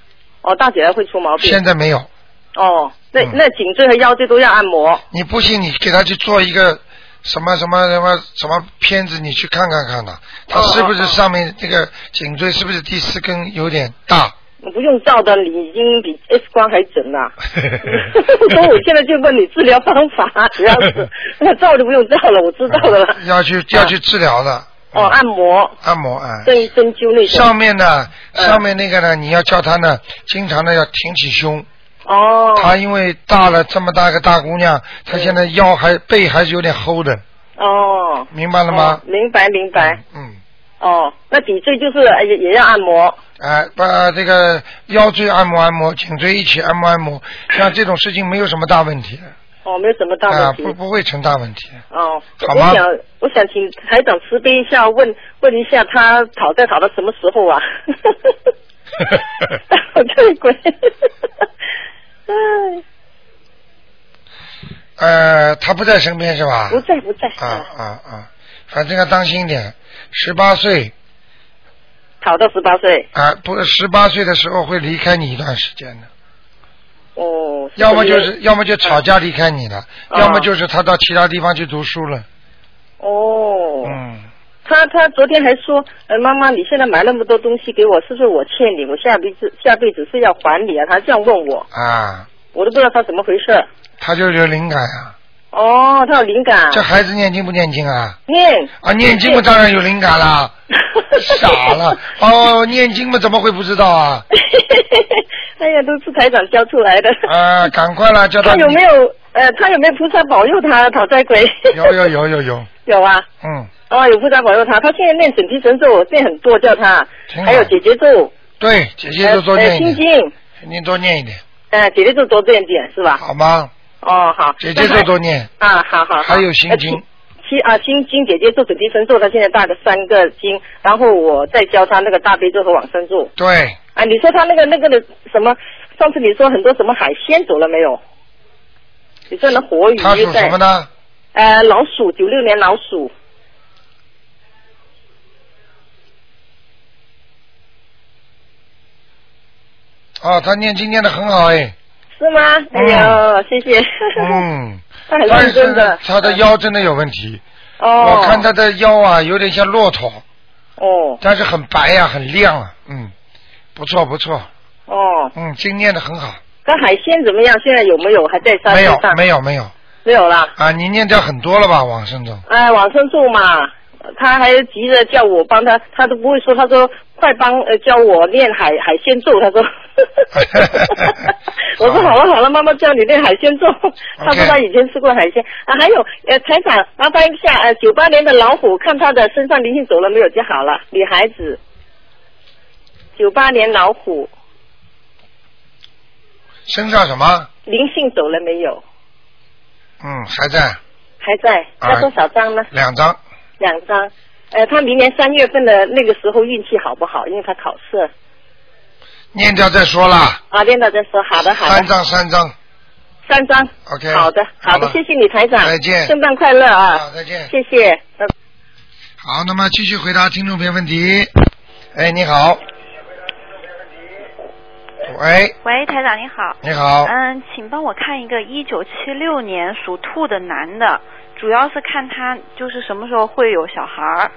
F: 哦，大姐会出毛病
A: 现在没有，
F: 哦，那
A: 嗯
F: 那颈椎和腰椎都要按摩。
A: 你不信你给他去做一个什么什么什么什么片子，你去看看看呐，他是不是上面这个颈椎是不是第四根有点 大？
F: 你不用照的，你已经比 X 光还准了。 所以我现在就问你治疗方法，主要 是那照就不用照了，我知道的了。
A: 要去要去治疗的。
F: 哦，按摩、
A: 按摩啊。
F: 针针灸那种。
A: 上面呢，
F: 哎
A: 上面那个呢，你要叫她呢，经常呢要挺起胸。
F: 哦
A: 她因为大了这么大个大姑娘，她现在腰还背还是有点齁的，
F: 哦。
A: 明白了吗
F: 哦？明白明白。
A: 嗯，
F: 哦，那底椎就是呃也也要按摩。
A: 哎，把这个腰椎按摩按摩，颈椎一起按摩按摩，像这种事情没有什么大问题的，
F: 哦，没有什么大
A: 啊，
F: 问题。
A: 不不会成大问题的。
F: 哦，
A: 好
F: 我
A: 吗
F: 想我想请台长慈悲一下，问问一下他讨债讨到什么时候 啊？讨债 鬼，哎，
A: 呃，她不在身边是吧？
F: 不在不在
A: 啊啊啊！反正要当心点，十八岁
F: 讨到十八岁，
A: 啊，不，十八岁的时候会离开你一段时间的，
F: 哦，
A: 要么就
F: 因为
A: 是要么就吵架离开你了，
F: 啊
A: 要么就是他到其他地方去读书了。
F: 哦，
A: 嗯，
F: 他他昨天还说，呃，妈妈，你现在买那么多东西给我，是不是我欠你？我下辈子下辈子是要还你啊？他这样问我，
A: 啊，
F: 我都不知道他怎么回事。
A: 他就有灵感啊。
F: 哦，他有灵感，
A: 这孩子念经不念经啊？
F: 念
A: 啊，念经嘛，当然有灵感啦。傻了，哦，念经嘛，怎么会不知道啊？
F: 哎呀，都是台长教出来的。
A: 啊，赶快啦，叫他
F: 他有没有呃，他有没有菩萨保佑他讨债鬼？
A: 有有有有有，
F: 有啊，
A: 嗯，
F: 哦，有菩萨保佑他。他现在念准提神咒，念很多，叫他
A: 挺好
F: 还有解结咒，
A: 对，姐姐
F: 呃
A: 多多
F: 呃
A: 念一
F: 心
A: 点，
F: 经，
A: 你多念一点，
F: 呃，解结咒多念点是吧？
A: 好吗？
F: 哦，好，
A: 姐姐
F: 那
A: 多
F: 还
A: 多念，
F: 啊，好好，好
A: 还有心经
F: 呃七七啊，心经姐姐咒、准提神咒，他现在大的三个经，然后我再教他那个大悲咒和往生咒。
A: 对，
F: 啊，你说他那个那个的什么？上次你说很多什么海鲜走了没有？你说那活鱼
A: 他属
F: 在
A: 什么呢？
F: 呃，老鼠，九六年老鼠。
A: 哦，他念经念的很好哎，
F: 是吗？哎呀，谢谢。
A: 嗯，
F: 他很
A: 但
F: 认
A: 是
F: 哎真的。
A: 他的腰真的有问题，
F: 哦
A: 我看他的腰啊，有点像骆驼，
F: 哦
A: 但是很白呀、很亮啊，嗯，不错不错，
F: 哦，
A: 嗯，经念的很好，
F: 那海鲜怎么样？现在有没有还在山
A: 没有
F: 上？
A: 没有没有
F: 没有啦。
A: 啊，你念掉很多了吧，往生咒？
F: 哎，往生咒嘛，他还急着叫我帮他，他都不会说，他说快帮呃教我念海海鲜咒， 他说，我说好了好了，妈妈教你念海鲜咒，他说他以前吃过海鲜啊，还有呃台长麻烦一下呃九八年的老虎，看他的身上灵性走了没有就好了，女孩子，九八年老虎
A: 身上什么？
F: 灵性走了没有？
A: 嗯，还在
F: 还在，
A: 啊
F: 要多少张呢？
A: 两张，
F: 两张。呃，他明年三月份的那个时候运气好不好？因为他考试。
A: 念掉再说啦，
F: 啊，练到再说，好的好的，
A: 三张三张
F: 三张，
A: ，OK。
F: 好的好的，
A: 了
F: 谢谢你台长，
A: 再见
F: 圣诞快乐
A: 好
F: 啊，
A: 再见。
F: 谢谢，拜拜
A: 好，那么继续回答听众朋友问题。哎，你好。喂，
G: 喂，台长你好。
A: 你好，
G: 嗯，请帮我看一个一九七六年属兔的男的，主要是看他就是什么时候会有小孩儿。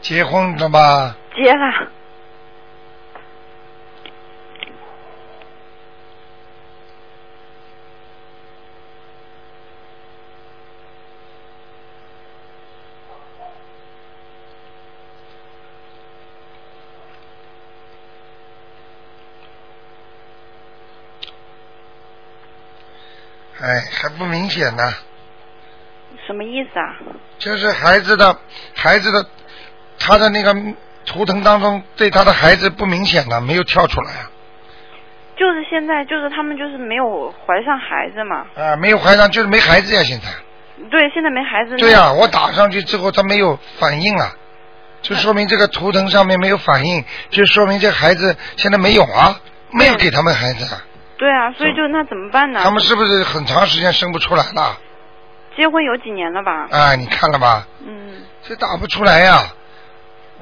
A: 结婚了吧？
G: 结了，
A: 哎，还不明显呢，
G: 什么意思啊？
A: 就是孩子的孩子的他的那个图腾当中，对他的孩子不明显呢，没有跳出来啊，
G: 就是现在就是他们就是没有怀上孩子嘛。
A: 啊，没有怀上就是没孩子呀、现在。
G: 对，现在没孩子。
F: 嗯
A: 对呀、我打上去之后他没有反应啊，就说明这个图腾上面没有反应，就说明这孩子现在没有啊，没有给他们孩子啊，
G: 对啊，所以就那怎么办呢？
A: 他们是不是很长时间生不出来了？
G: 结婚有几年了吧？
A: 啊，你看了吧，
G: 嗯，
A: 这打不出来呀、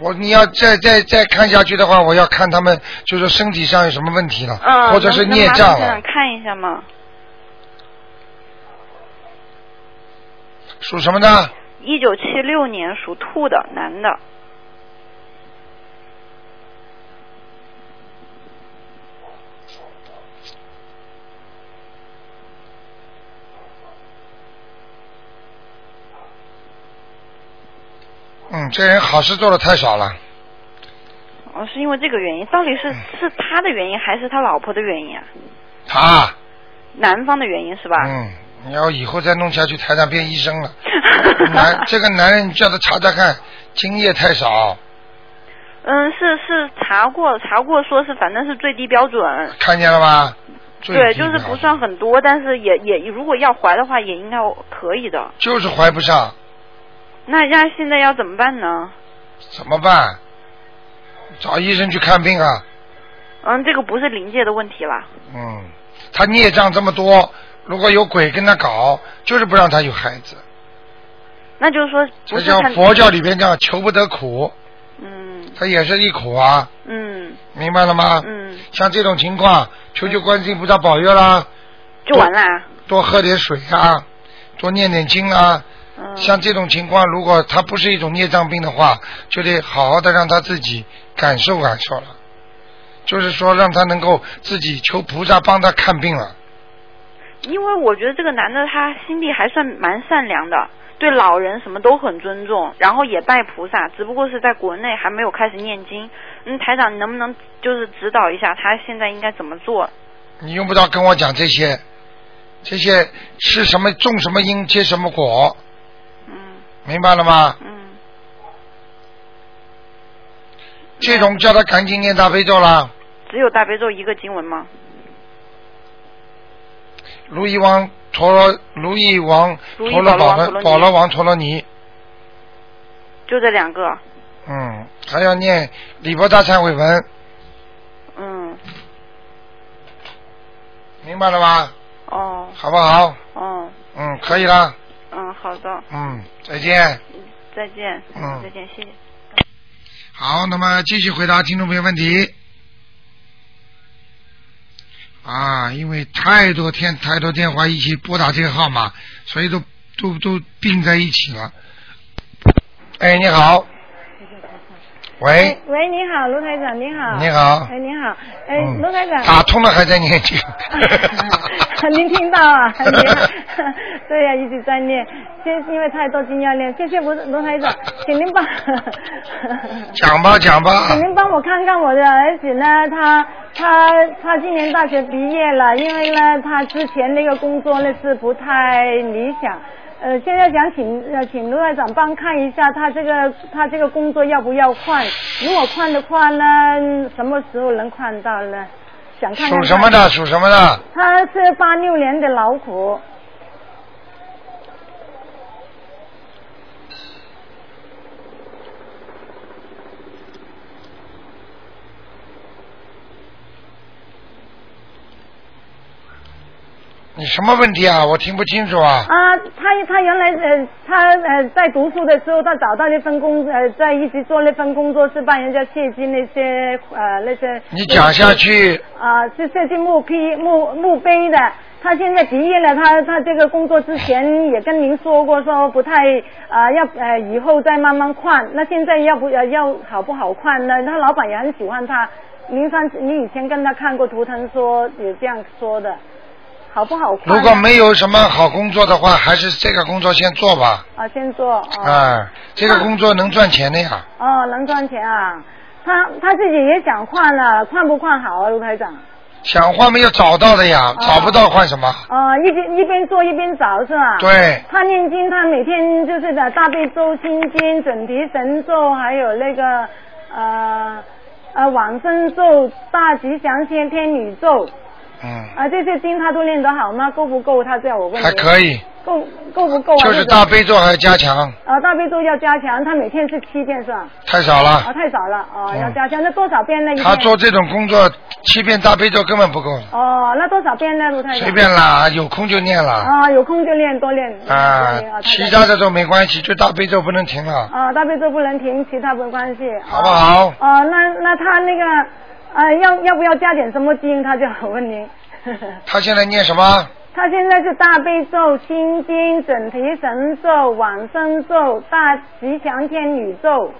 A: 我你要再再再看下去的话，我要看他们就是身体上有什么问题了，
G: 啊，
A: 或者是孽
G: 能
A: 障
G: 不能麻
A: 了，
G: 烦台长看一下嘛？
A: 属什么呢？
G: 一九七六年属兔的男的，
A: 嗯，这人好事做的太少了，
G: 哦，是因为这个原因？到底是
A: 嗯
G: 是他的原因还是他老婆的原因啊？
A: 他、
G: 男方的原因是吧？
A: 嗯，你要以后再弄下去，台长变医 生了。男，这个男人你叫他查查看，精液太少，
G: 嗯，是是查过查过，说是反正是最低标准，
A: 看见了吧？最啊
G: 对，
A: 低
G: 就是
A: 标
G: 不
A: 准
G: 算，很多，但是也也如果要怀的话，也应该可以的。
A: 就是怀不上，
G: 那那现在要怎么办呢？
A: 怎么办？找医生去看病啊。
G: 嗯，这个不是临界的问题啦。
A: 嗯，他孽障这么多，如果有鬼跟他搞，就是不让他有孩子。
G: 那就是说不
A: 这
G: 是
A: 叫
G: 看
A: 佛教里边叫求不得苦，
G: 嗯
A: 他也是一苦啊，
G: 嗯
A: 明白了吗？
G: 嗯，
A: 像这种情况，求求观世音菩萨保佑啦，
G: 就完啦。
A: 多喝点水啊，多念点经啊，
G: 嗯，
A: 像这种情况，如果他不是一种孽障病的话，就得好好的让他自己感受感受了，就是说让他能够自己求菩萨帮他看病了。
G: 因为我觉得这个男的他心地还算蛮善良的，对老人什么都很尊重，然后也拜菩萨，只不过是在国内还没有开始念经。嗯，台长，你能不能就是指导一下他现在应该怎么做？
A: 你用不着跟我讲这些，这些吃什么种什么因结什么果，
G: 嗯
A: 明白了吗？
G: 嗯，
A: 这种叫他赶紧念大悲咒啦。
G: 只有大悲咒一个经文吗？
A: 如意王陀罗，如意王
G: 如意
A: 陀罗宝
G: 宝罗
A: 罗
G: 王陀罗尼
A: 宝罗王陀罗尼，
G: 就这两个。
A: 嗯，还要念礼佛大忏悔文，
G: 嗯，
A: 明白了吗？
G: 哦
A: 好不好？
G: 哦，
A: 嗯，可以啦。
G: 嗯，好的，
A: 嗯，再见。
G: 再见，
A: 嗯
G: 再见，谢谢。
A: 好，那么继续回答听众朋友问题。啊，因为太多天太多电话一起拨打这个号码，所以都都都并在一起了。哎，你好。喂。
H: 哎喂，你好，卢台长，你好。
A: 你好嗯
H: 哎，你好，哎，卢台长。
A: 打通了还在念经。
H: 您听到 啊？您好 对呀、一直在念，现因为太多经要念。谢谢卢卢台 长，请您帮，
A: 讲吧讲吧
H: 请，您帮我看看我的儿子呢，他他他今年大学毕业了，因为呢他之前那个工作呢是不太理想。呃，现在想请呃请卢院长帮看一下他这个他这个工作要不要换？如果换的话呢，什么时候能换到呢？想看看
A: 属什么的？属什么的？
H: 他是八六年的老虎，
A: 你什么问题啊？我听不清楚啊。
H: 啊，他他原来呃，他呃在读书的时候，他找到那份工，呃，在一直做那份工作是帮人家设计那些呃那些。
A: 你讲下。去，
H: 啊，是设计墓碑墓墓碑的。他现在毕业了，他他这个工作之前也跟您说过，说不太啊、要呃以后再慢慢换。那现在要不要要好不好换呢？他老板也很喜欢他。您上次你以前跟他看过图腾说也这样说的，好不好换呢？
A: 如果没有什么好工作的话，还是这个工作先做吧。
H: 啊，先做哦。
A: 啊，这个工作能赚钱的呀。
H: 哦，能赚钱啊！他他自己也想换了，换不换好啊，卢台长？
A: 想换没有找到的
H: 啊
A: 呀，找不到换什么？
H: 哦，一边一边做一边找是吧？
A: 对
H: 他念经，他每天就是的大悲咒、心经、准提神咒，还有那个呃呃往生咒、大吉祥天天女咒
A: 嗯，
H: 啊、这些经他都念得好吗？够不够？他叫我问你。
A: 还可以，
H: 够够不够啊？
A: 就是
H: 这种
A: 大悲咒还要加强，
H: 啊，大悲咒要加强，他每天是七遍是吧？
A: 太少
H: 啊，
A: 了。
H: 太少了啊，
A: 嗯
H: 要加强。那多少遍呢？一
A: 他
H: 天
A: 做这种工作，七遍大悲咒根本不够，
H: 哦，那多少遍呢，卢太太？
A: 随便。啦，有空就念啦。
H: 啊，有空就练，多练。
A: 啊
H: 多练，
A: 其他的都没关系，就大悲咒不能停了。
H: 啊，大悲咒不能停，其他没关系。
A: 好不好
H: 啊，那那他那个，呃，要要不要加点什么经？他就好问您。
A: 他现在念什么？
H: 他现在是大悲咒、心经、准提神咒、往生咒、大吉祥天女咒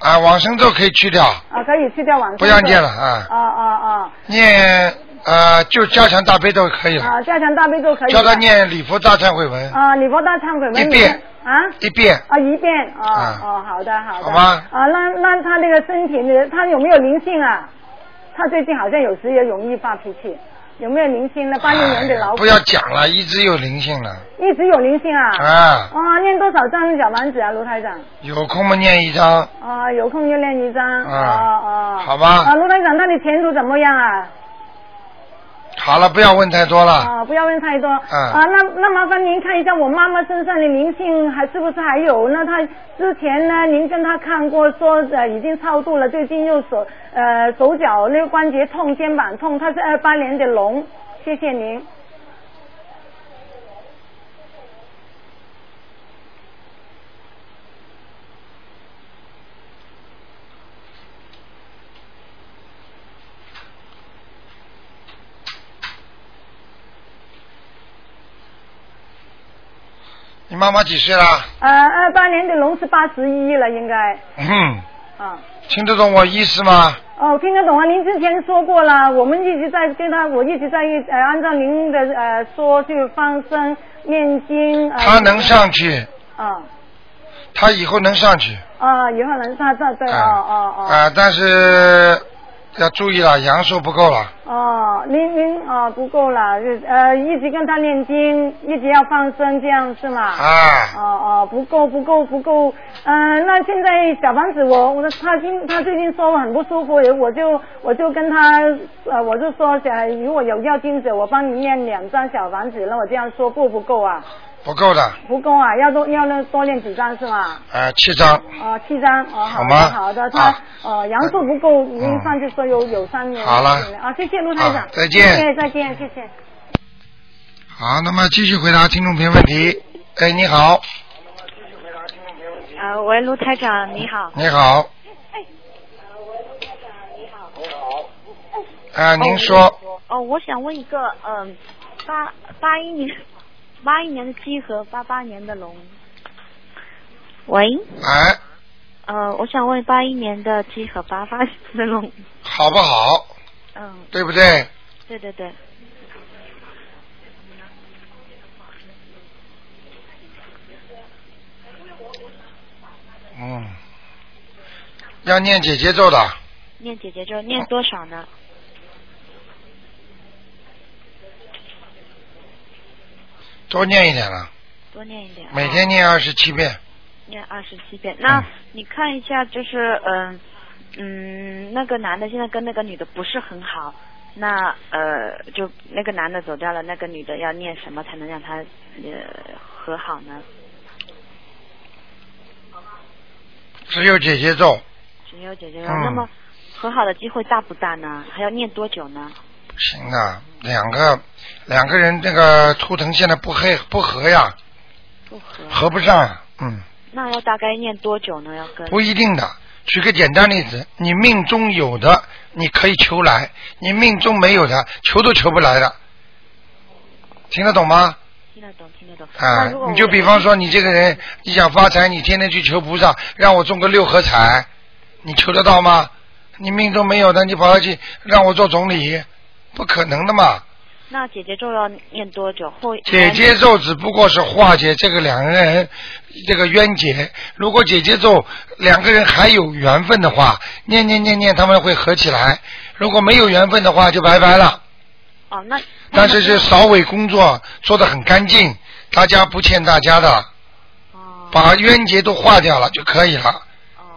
A: 啊，往生咒可以去掉，
H: 啊，可以去掉往生咒。
A: 不要念了啊
H: 啊啊
A: 念呃就加强大悲咒可以
H: 啊！
A: 了。
H: 啊，加强大悲咒可以。
A: 叫他。念礼佛大忏悔文
H: 啊，礼佛大忏悔文。
A: 一遍。
H: 啊。
A: 嗯一遍，
H: 啊，一遍哦、
A: 啊
H: 哦，好的好的。
A: 好吗
H: 啊，那那他那个身体呢？他有没有灵性啊？他最近好像有时也容易发脾气，有没有灵性呢？八六年的老虎。
A: 哎不要。讲了，一直有灵性了
H: 一直有灵性啊。。
A: 啊。
H: 啊，念多少张小丸子啊，卢台长？
A: 有空嘛念一张，
H: 啊，有空就念一张。
A: 啊
H: 哦哦。
A: 好吧
H: 啊，卢台长，那你前途怎么样啊？
A: 好了，不要问太多了。
H: 啊，不要问太多。
A: 嗯
H: 啊，那那麻烦您看一下我妈妈身上的灵性还是不是还有？那她之前呢，您跟她看过说呃已经超度了，最近又手呃手脚那个关节痛、肩膀痛，她是二八年的龙，谢谢您。
A: 你妈妈几岁了？
H: 呃，二八年的龙是八十一了，应该
A: 嗯，
H: 啊。
A: 听得懂我意思吗？
H: 哦，听得懂啊！您之前说过了，我们一直在跟他，我一直在呃按照您的呃说去放生、念经。呃、
A: 她能上去，
H: 啊
A: 她以后能上去
H: 啊，以后能上上对哦哦哦。
A: 啊，但是要注意了，阳寿不够了。
H: 哦，您您哦不够啦，就呃一直跟他念经，一直要放生，这样是吗？
A: 啊
H: 哦哦，不够不够不够，嗯、那现在小房子我我他今他最近说我很不舒服，我就我就跟他呃我就说呃如果有要金者，我帮你念两张小房子，那我这样说够不够啊？
A: 不够的，
H: 不够啊，要多要多念几张是吗？
A: 啊，七张，
H: 哦，七张哦，好
A: 好
H: 的
A: 吗
H: 好的，他
A: 啊嗯
H: 哦杨素不够，您上次说有有三年，
A: 好了
H: 啊，谢谢陆台长
A: 啊，再见
H: 谢谢再见，谢谢。
A: 好，那么继续回答听众朋友问题。哎，你好，
I: 啊，喂，
D: 哎
I: 卢台长，你好。
A: 你好，
D: 哎
A: 啊，您
I: 哦
A: 说，。
I: 哦，我想问一个，嗯、八八一年，八一年的鸡和八八年的龙。喂，
A: 哎，
I: 呃，我想问八一年的鸡和八八年的龙。
A: 好不好？
I: 嗯，
A: 对不对？
I: 对对对，
A: 嗯，要念姐姐咒的，
I: 念姐姐咒念多少呢？
A: 多念一点了，
I: 多念一点。啊
A: 每天嗯念二十七遍。
I: 念二十七遍。那你看一下，就是嗯嗯，那个男的现在跟那个女的不是很好，那呃，就那个男的走掉了，那个女的要念什么才能让他呃和好呢？
A: 只有姐姐咒，
I: 只有姐姐说，
A: 嗯
I: 那么和好的机会大不大呢？还要念多久呢？
A: 不行的，两个两个人这个图腾现在不合不合呀，
I: 不和，
A: 合不上，嗯，
I: 那要大概念多久呢？要跟
A: 不一定的。举个简单例子，你命中有的你可以求来，你命中没有的求都求不来的，听得懂吗？
I: 听得懂，听得懂。
A: 啊
I: 那如果，我
A: 你就比方说你这个人，你想发财，你天天去求菩萨，让我中个六合彩，你求得到吗？你命中没有的，你跑下去让我做总理，不可能的嘛。
I: 那姐姐咒要念多久？或
A: 姐姐咒只不过是化解这个两个人这个冤结。如果姐姐咒两个人还有缘分的话，念念念念他们会合起来；如果没有缘分的话，就拜拜了。
I: 哦，那
A: 但是这扫尾工作做得很干净，大家不欠大家的，把冤结都化掉了就可以了，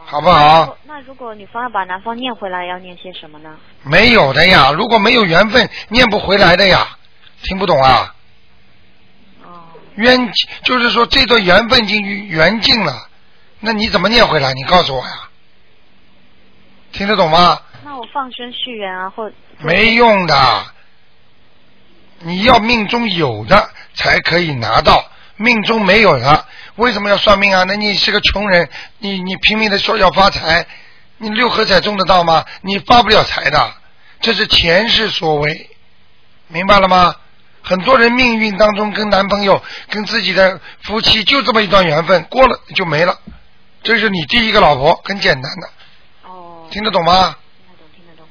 A: 好不好？？
I: 那如果那如果女方要把男方念回来，要念些什么呢？
A: 没有的呀，如果没有缘分，念不回来的呀，听不懂啊？冤就是说这段缘分已经缘尽了，那你怎么念回来？你告诉我呀，听得懂吗？
I: 那我放生续缘啊，或
A: 没用的，你要命中有的才可以拿到，命中没有的，为什么要算命啊？那你是个穷人，你你拼命的说要发财，你六合彩中得到吗？你发不了财的，这是前世所为，明白了吗？很多人命运当中跟男朋友、跟自己的夫妻就这么一段缘分，过了就没了。这是你第一个老婆，很简单的。哦。听得懂吗？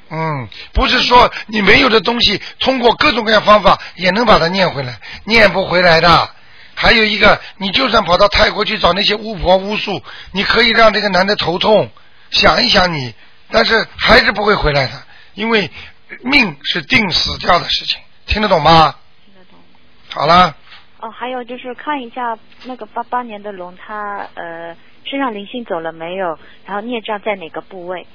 A: 嗯，不是说你没有的东西，通过各种各样方法也能把它念回来，念不回来的。还有一个，你就算跑到泰国去找那些巫婆巫术，你可以让这个男的头痛，想一想你，但是还是不会回来的，因为命是定死掉的事情，听得懂吗？听得懂。好啦，
I: 哦，还有就是看一下那个八八年的龙，它呃身上灵性走了没有？然后孽障在哪个部位？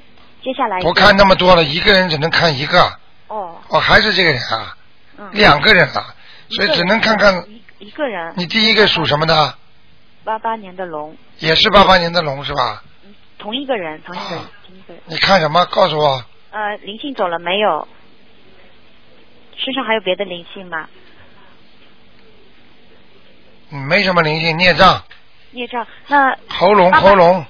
I: 接下来
A: 不看那么多了，一个人只能看一个。
I: 哦，
A: 哦，还是这个人啊，
I: 嗯，
A: 两个人啊，所以只能看看
I: 一一个人。
A: 你第一个属什么的，
I: 八八年的龙，
A: 也是八八年的龙是吧？
I: 同一个人，同一个人，
A: 啊
I: 同一个人。
A: 你看什么？告诉我。
I: 呃，灵性走了没有？身上还有别的灵性吗？
A: 嗯，没什么灵性，孽障，
I: 嗯孽障？那
A: 喉咙、
I: 啊
A: 喉咙、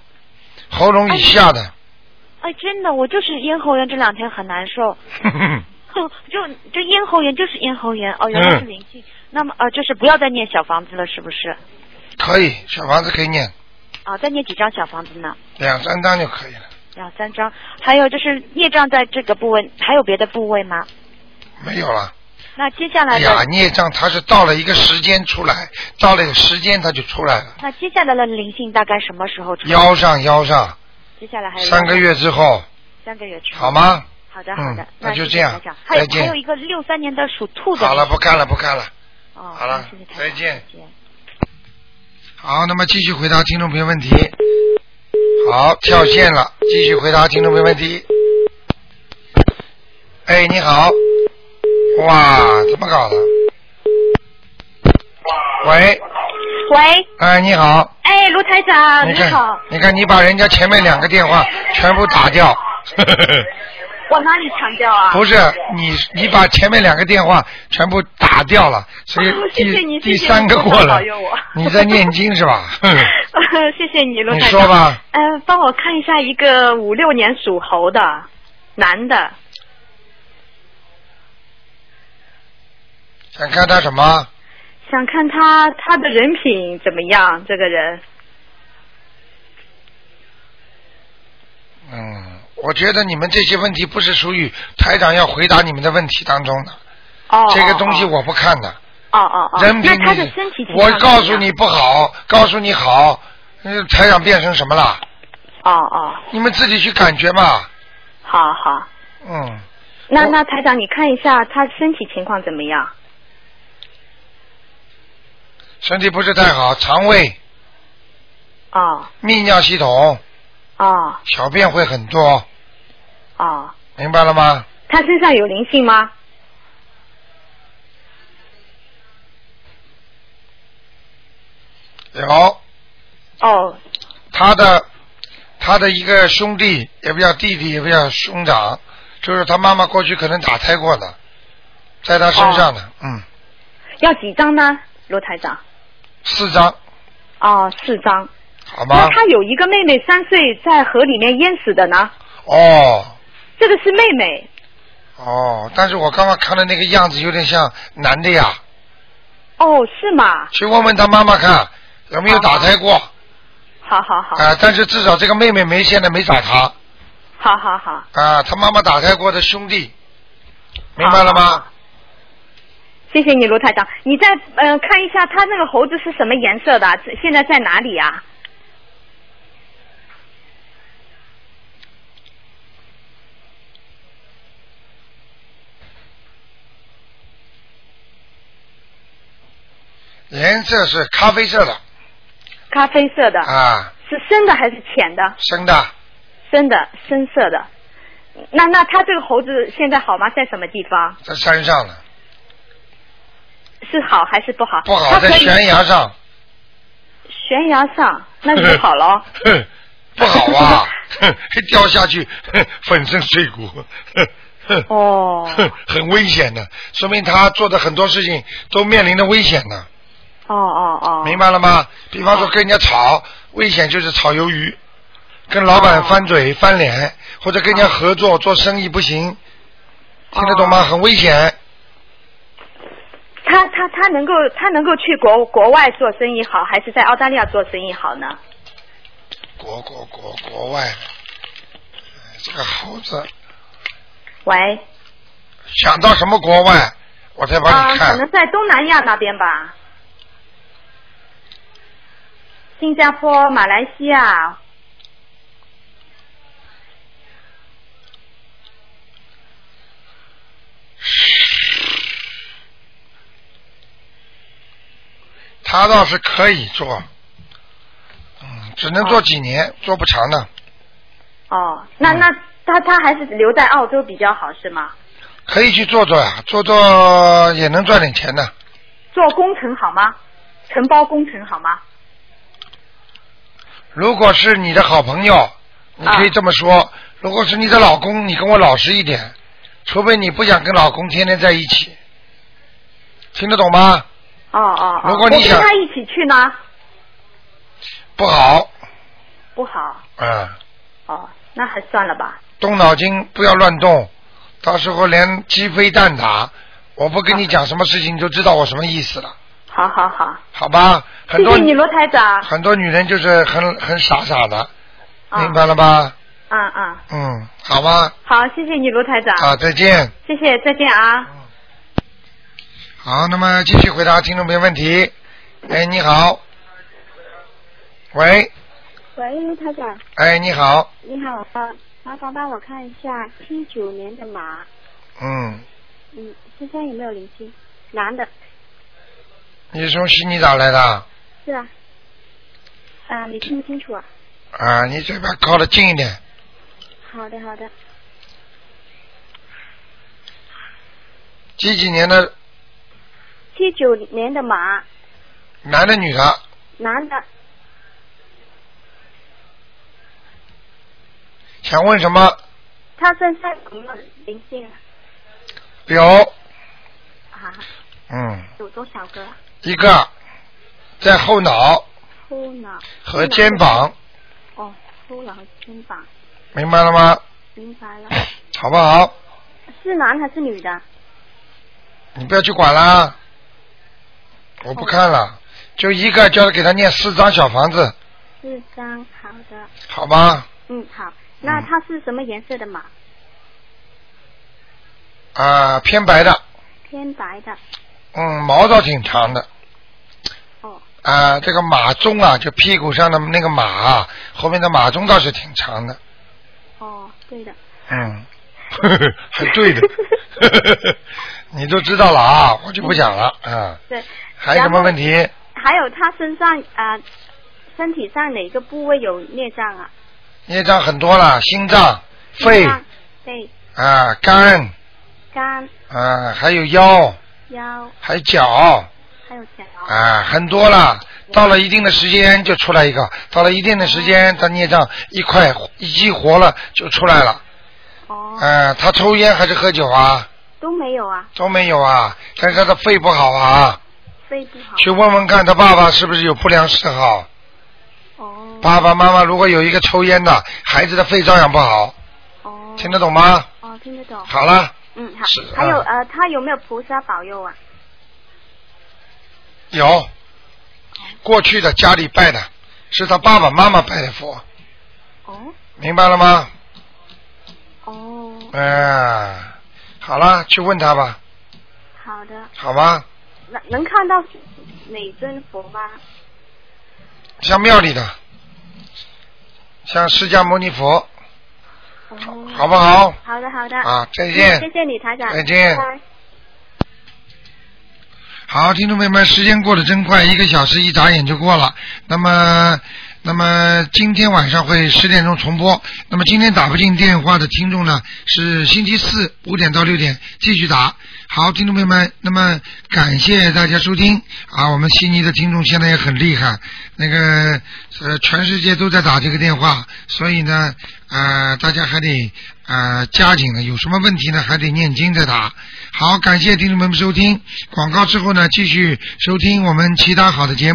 A: 喉咙以下的。
I: 哎，真的，我就是咽喉炎，这两天很难受。就就咽喉炎就是咽喉炎哦，原来是
A: 嗯
I: 灵性。那么呃，就是不要再念小房子了，是不是？
A: 可以，小房子可以念
I: 啊，再念几张小房子呢？
A: 两三张就可以了，
I: 两三张。还有就是孽障在这个部位，还有别的部位吗？
A: 没有了。
I: 那接下来
A: 哎呀，
I: 的
A: 孽障它是到了一个时间出来，到了一个时间它就出来了，
I: 那接下来的灵性大概什么时候出来？
A: 腰上腰上，
I: 接下来还有
A: 三个月之后，
I: 三个月之后
A: 好？吗？
I: 好的，
A: 嗯
I: 好的，
A: 那就
I: 谢谢
A: 这样
I: 台长还有
A: 再见
I: 还有一个六三年的属兔的。
A: 好了，不看了，不看了。
I: 哦，
A: 好了
I: 谢谢台长
A: 再见
I: 再见。
A: 好，那么继续回答听众朋友问题。好，跳线了，继续回答听众朋友问题。哎，你好，哇，怎么搞的？喂，
J: 喂，
A: 哎，你好，
J: 哎，卢台长，
A: 你
J: 你
A: 看
J: 好，，
A: 你看，你把人家前面两个电话全部打掉，
J: 我哪里强调 啊？
A: 不是你，你把前面两个电话全部打掉了，所以
J: 哦
A: 第、
J: 谢谢你
A: 第
J: 谢谢
A: 三
J: 你
A: 个
J: 多
A: 过
J: 保
A: 来
J: 佑我，
A: 你在念经是吧？
J: 谢谢你，卢台
A: 你
J: 长。
A: 说吧，
J: 呃，帮我看一下一个五六年属猴的男的，
A: 想看他什么？
I: 想看他他的人品怎么样？这个人，
A: 嗯，我觉得你们这些问题不是属于台长要回答你们的问题当中的，
I: 哦，
A: 这个东西
I: 哦，
A: 我不看的。
I: 哦哦哦，
A: 人品
I: 那他的
A: 你
I: 身体情况
A: 我
I: 怎么
A: 告诉
I: 样
A: 你不好，告诉你好，呃台长变成什么了？
I: 哦哦，
A: 你们自己去感觉吧。
I: 好好，
A: 嗯，
I: 那那台长你看一下他身体情况怎么样？
A: 身体不是太好，肠胃、
I: 哦
A: 泌尿系统、
I: 哦
A: 小便会很多，
I: 哦，
A: 明白了吗？
I: 他身上有灵性吗？
A: 有
I: 哦
A: 他的他的一个兄弟，也不叫弟弟，也不叫兄长，就是他妈妈过去可能打胎过的，在他身上
I: 哦
A: 的，嗯，
I: 要几张呢，罗台长？
A: 四张，
I: 哦，四张。
A: 好吗
I: 那？他有一个妹妹，三岁，在河里面淹死的呢。
A: 哦
I: 这个是妹妹。
A: 哦，但是我刚刚看的那个样子有点像男的呀，
I: 哦，是吗？
A: 去问问他妈妈看有没有打胎过
I: 哦
A: 啊、
I: 好好好，
A: 但是至少这个妹妹没现在没找他啊、啊
I: 好好好，
A: 他妈妈打胎过的兄弟，明白了
I: 哦
A: 吗？
I: 谢谢你，罗台长。你再嗯、呃看一下他那个猴子是什么颜色的？现在在哪里啊？
A: 颜色是咖啡色的
I: 咖啡色的，
A: 啊，
I: 是深的还是浅的？
A: 深的，
I: 深的，深色的。那那他这个猴子现在好吗？在什么地方？
A: 在山上的，
I: 是好还是不好？
A: 不好
I: 它可
A: 在
I: 以
A: 悬崖上，
I: 悬崖上，那就不 好了。
A: 哼，不好啊， 哼，掉下去， 哼，粉身碎骨， 哼哼，
I: 哦
A: 哼， 很危险的，说明他做的很多事情都面临着危险呢，
I: 哦哦哦，
A: 明白了吗？比方说跟人家吵，危险就是炒鱿鱼，跟老
I: 哦
A: 板翻嘴翻脸，或者跟人家合作做生意不行，听得懂
I: 哦
A: 吗？很危险，
I: 他他他能够他能够去国国外做生意好，还是在澳大利亚做生意好呢？
A: 国国国国外的，哎这个猴子
I: 喂，
A: 想到什么国外，我才帮
I: 啊、
A: 你
I: 可
A: 看。
I: 能在东南亚那边吧，新加坡、马来西亚。
A: 他倒是可以做，嗯，只能做几年，
I: 啊
A: 做不长的。
I: 哦，
A: 嗯
I: 那那他他还是留在澳洲比较好是吗？
A: 可以去做做呀，做做也能赚点钱的。
I: 做工程好吗？承包工程好吗？
A: 如果是你的好朋友，你可以这么说；
I: 啊
A: 如果是你的老公，你跟我老实一点，除非你不想跟老公天天在一起，听得懂吗？
I: 哦哦哦，
A: 如果你想
I: 我跟他一起去呢，
A: 不好，
I: 不好
A: 嗯，
I: 哦，那还算了吧。
A: 动脑筋，不要乱动，到时候连鸡飞蛋打。我不跟你讲什么事情，你就知道我什么意思了，
I: 好好好，
A: 好吧？很
I: 谢
A: 多
I: 谢你罗台长。
A: 很多女人就是很很傻傻的，
I: 啊
A: 明白了吧？
I: 嗯嗯，
A: 嗯，好
K: 啊
A: 吧，
I: 好，谢谢你罗台长。
A: 啊，再见。
I: 谢谢，再见啊。
A: 好，那么继续回答听众朋友问题。哎，你好。喂，
K: 喂，陆台长，
A: 哎，你好。
K: 你好，呃，麻烦帮我看一下七九年的马，
A: 嗯，
K: 嗯，身上有没有灵性？男的，
A: 你是从悉尼打来的啊
K: 是啊。啊、你听不清楚啊？
A: 啊？你嘴巴靠得近一点。
K: 好的，好的，
A: 几几年的
K: 七九年的马，
A: 男的女的？
K: 男的，
A: 想问什么？
K: 他身上有没有灵性啊？
A: 有，
K: 啊，
A: 嗯，
K: 有多少个啊？
A: 一个在后脑
K: 后脑
A: 和肩。膀，
K: 哦，后脑和肩膀，
A: 明白了吗？
K: 明白了。
A: 好不好？
K: 是男还是女的？
A: 你不要去管啦，我不看了，就一个，叫他给他念四张小房子，
I: 四张，好的。
A: 好吧？
I: 嗯，好。那它是什么颜色的马？
A: 啊，偏白的，
I: 偏白的。
A: 嗯，毛倒挺长的。
I: 哦
A: 啊，这个马鬃啊，就屁股上的那个马啊，后面的马鬃倒是挺长的，
I: 哦，对的。
A: 嗯， 呵呵还对的， 呵呵呵你都知道了啊，我就不讲了啊。
I: 对。
A: 还有什么问题？
I: 还有他身上啊、身体上哪个部位有孽障啊？
A: 业障很多了，心脏、肺
I: 心脏、肺、
A: 啊、肝
I: 肝、
A: 啊，还有腰，
I: 腰，
A: 还有脚。
I: 还有脚。
A: 啊，很多了。到了一定的时间就出来一个，到了一定的时间，他孽障一块一激活了就出来了。哦。啊，他抽烟还是喝酒啊？
I: 都没有啊，
A: 都没有啊，但是他的肺不好啊，
I: 肺不好。
A: 去问问看他爸爸是不是有不良嗜好。哦。爸爸妈妈如果有一个抽烟的，孩子的肺照样不好。哦。听得懂吗？
I: 哦，听得懂。
A: 好了，
I: 嗯，好
A: 是。
I: 还有
A: 啊
I: 呃，他有没有菩萨保佑啊？
A: 有。过去的家里拜的是他爸爸妈妈拜的佛。
I: 哦。
A: 明白了吗？
I: 哦，
A: 啊，好了，去问他吧，
I: 好的。
A: 好吗？
I: 能能看到哪尊佛吗？
A: 像庙里的，像释迦牟尼佛，
I: 哦，
A: 好不好？
I: 好的，好的。
A: 啊再见
I: 嗯谢谢你，台长。
A: 再见
I: 拜拜
A: 好，听众朋友们，时间过得真快，一个小时一眨眼就过了。那么，那么今天晚上会十点钟重播。那么今天打不进电话的听众呢，是星期四五点到六点继续打。好，听众朋友们，那么感谢大家收听啊！我们悉尼的听众现在也很厉害，那个呃，全世界都在打这个电话，所以呢，呃，大家还得呃加紧了，有什么问题呢，还得念经再打。好，感谢听众朋友们收听广告之后呢，继续收听我们其他好的节目。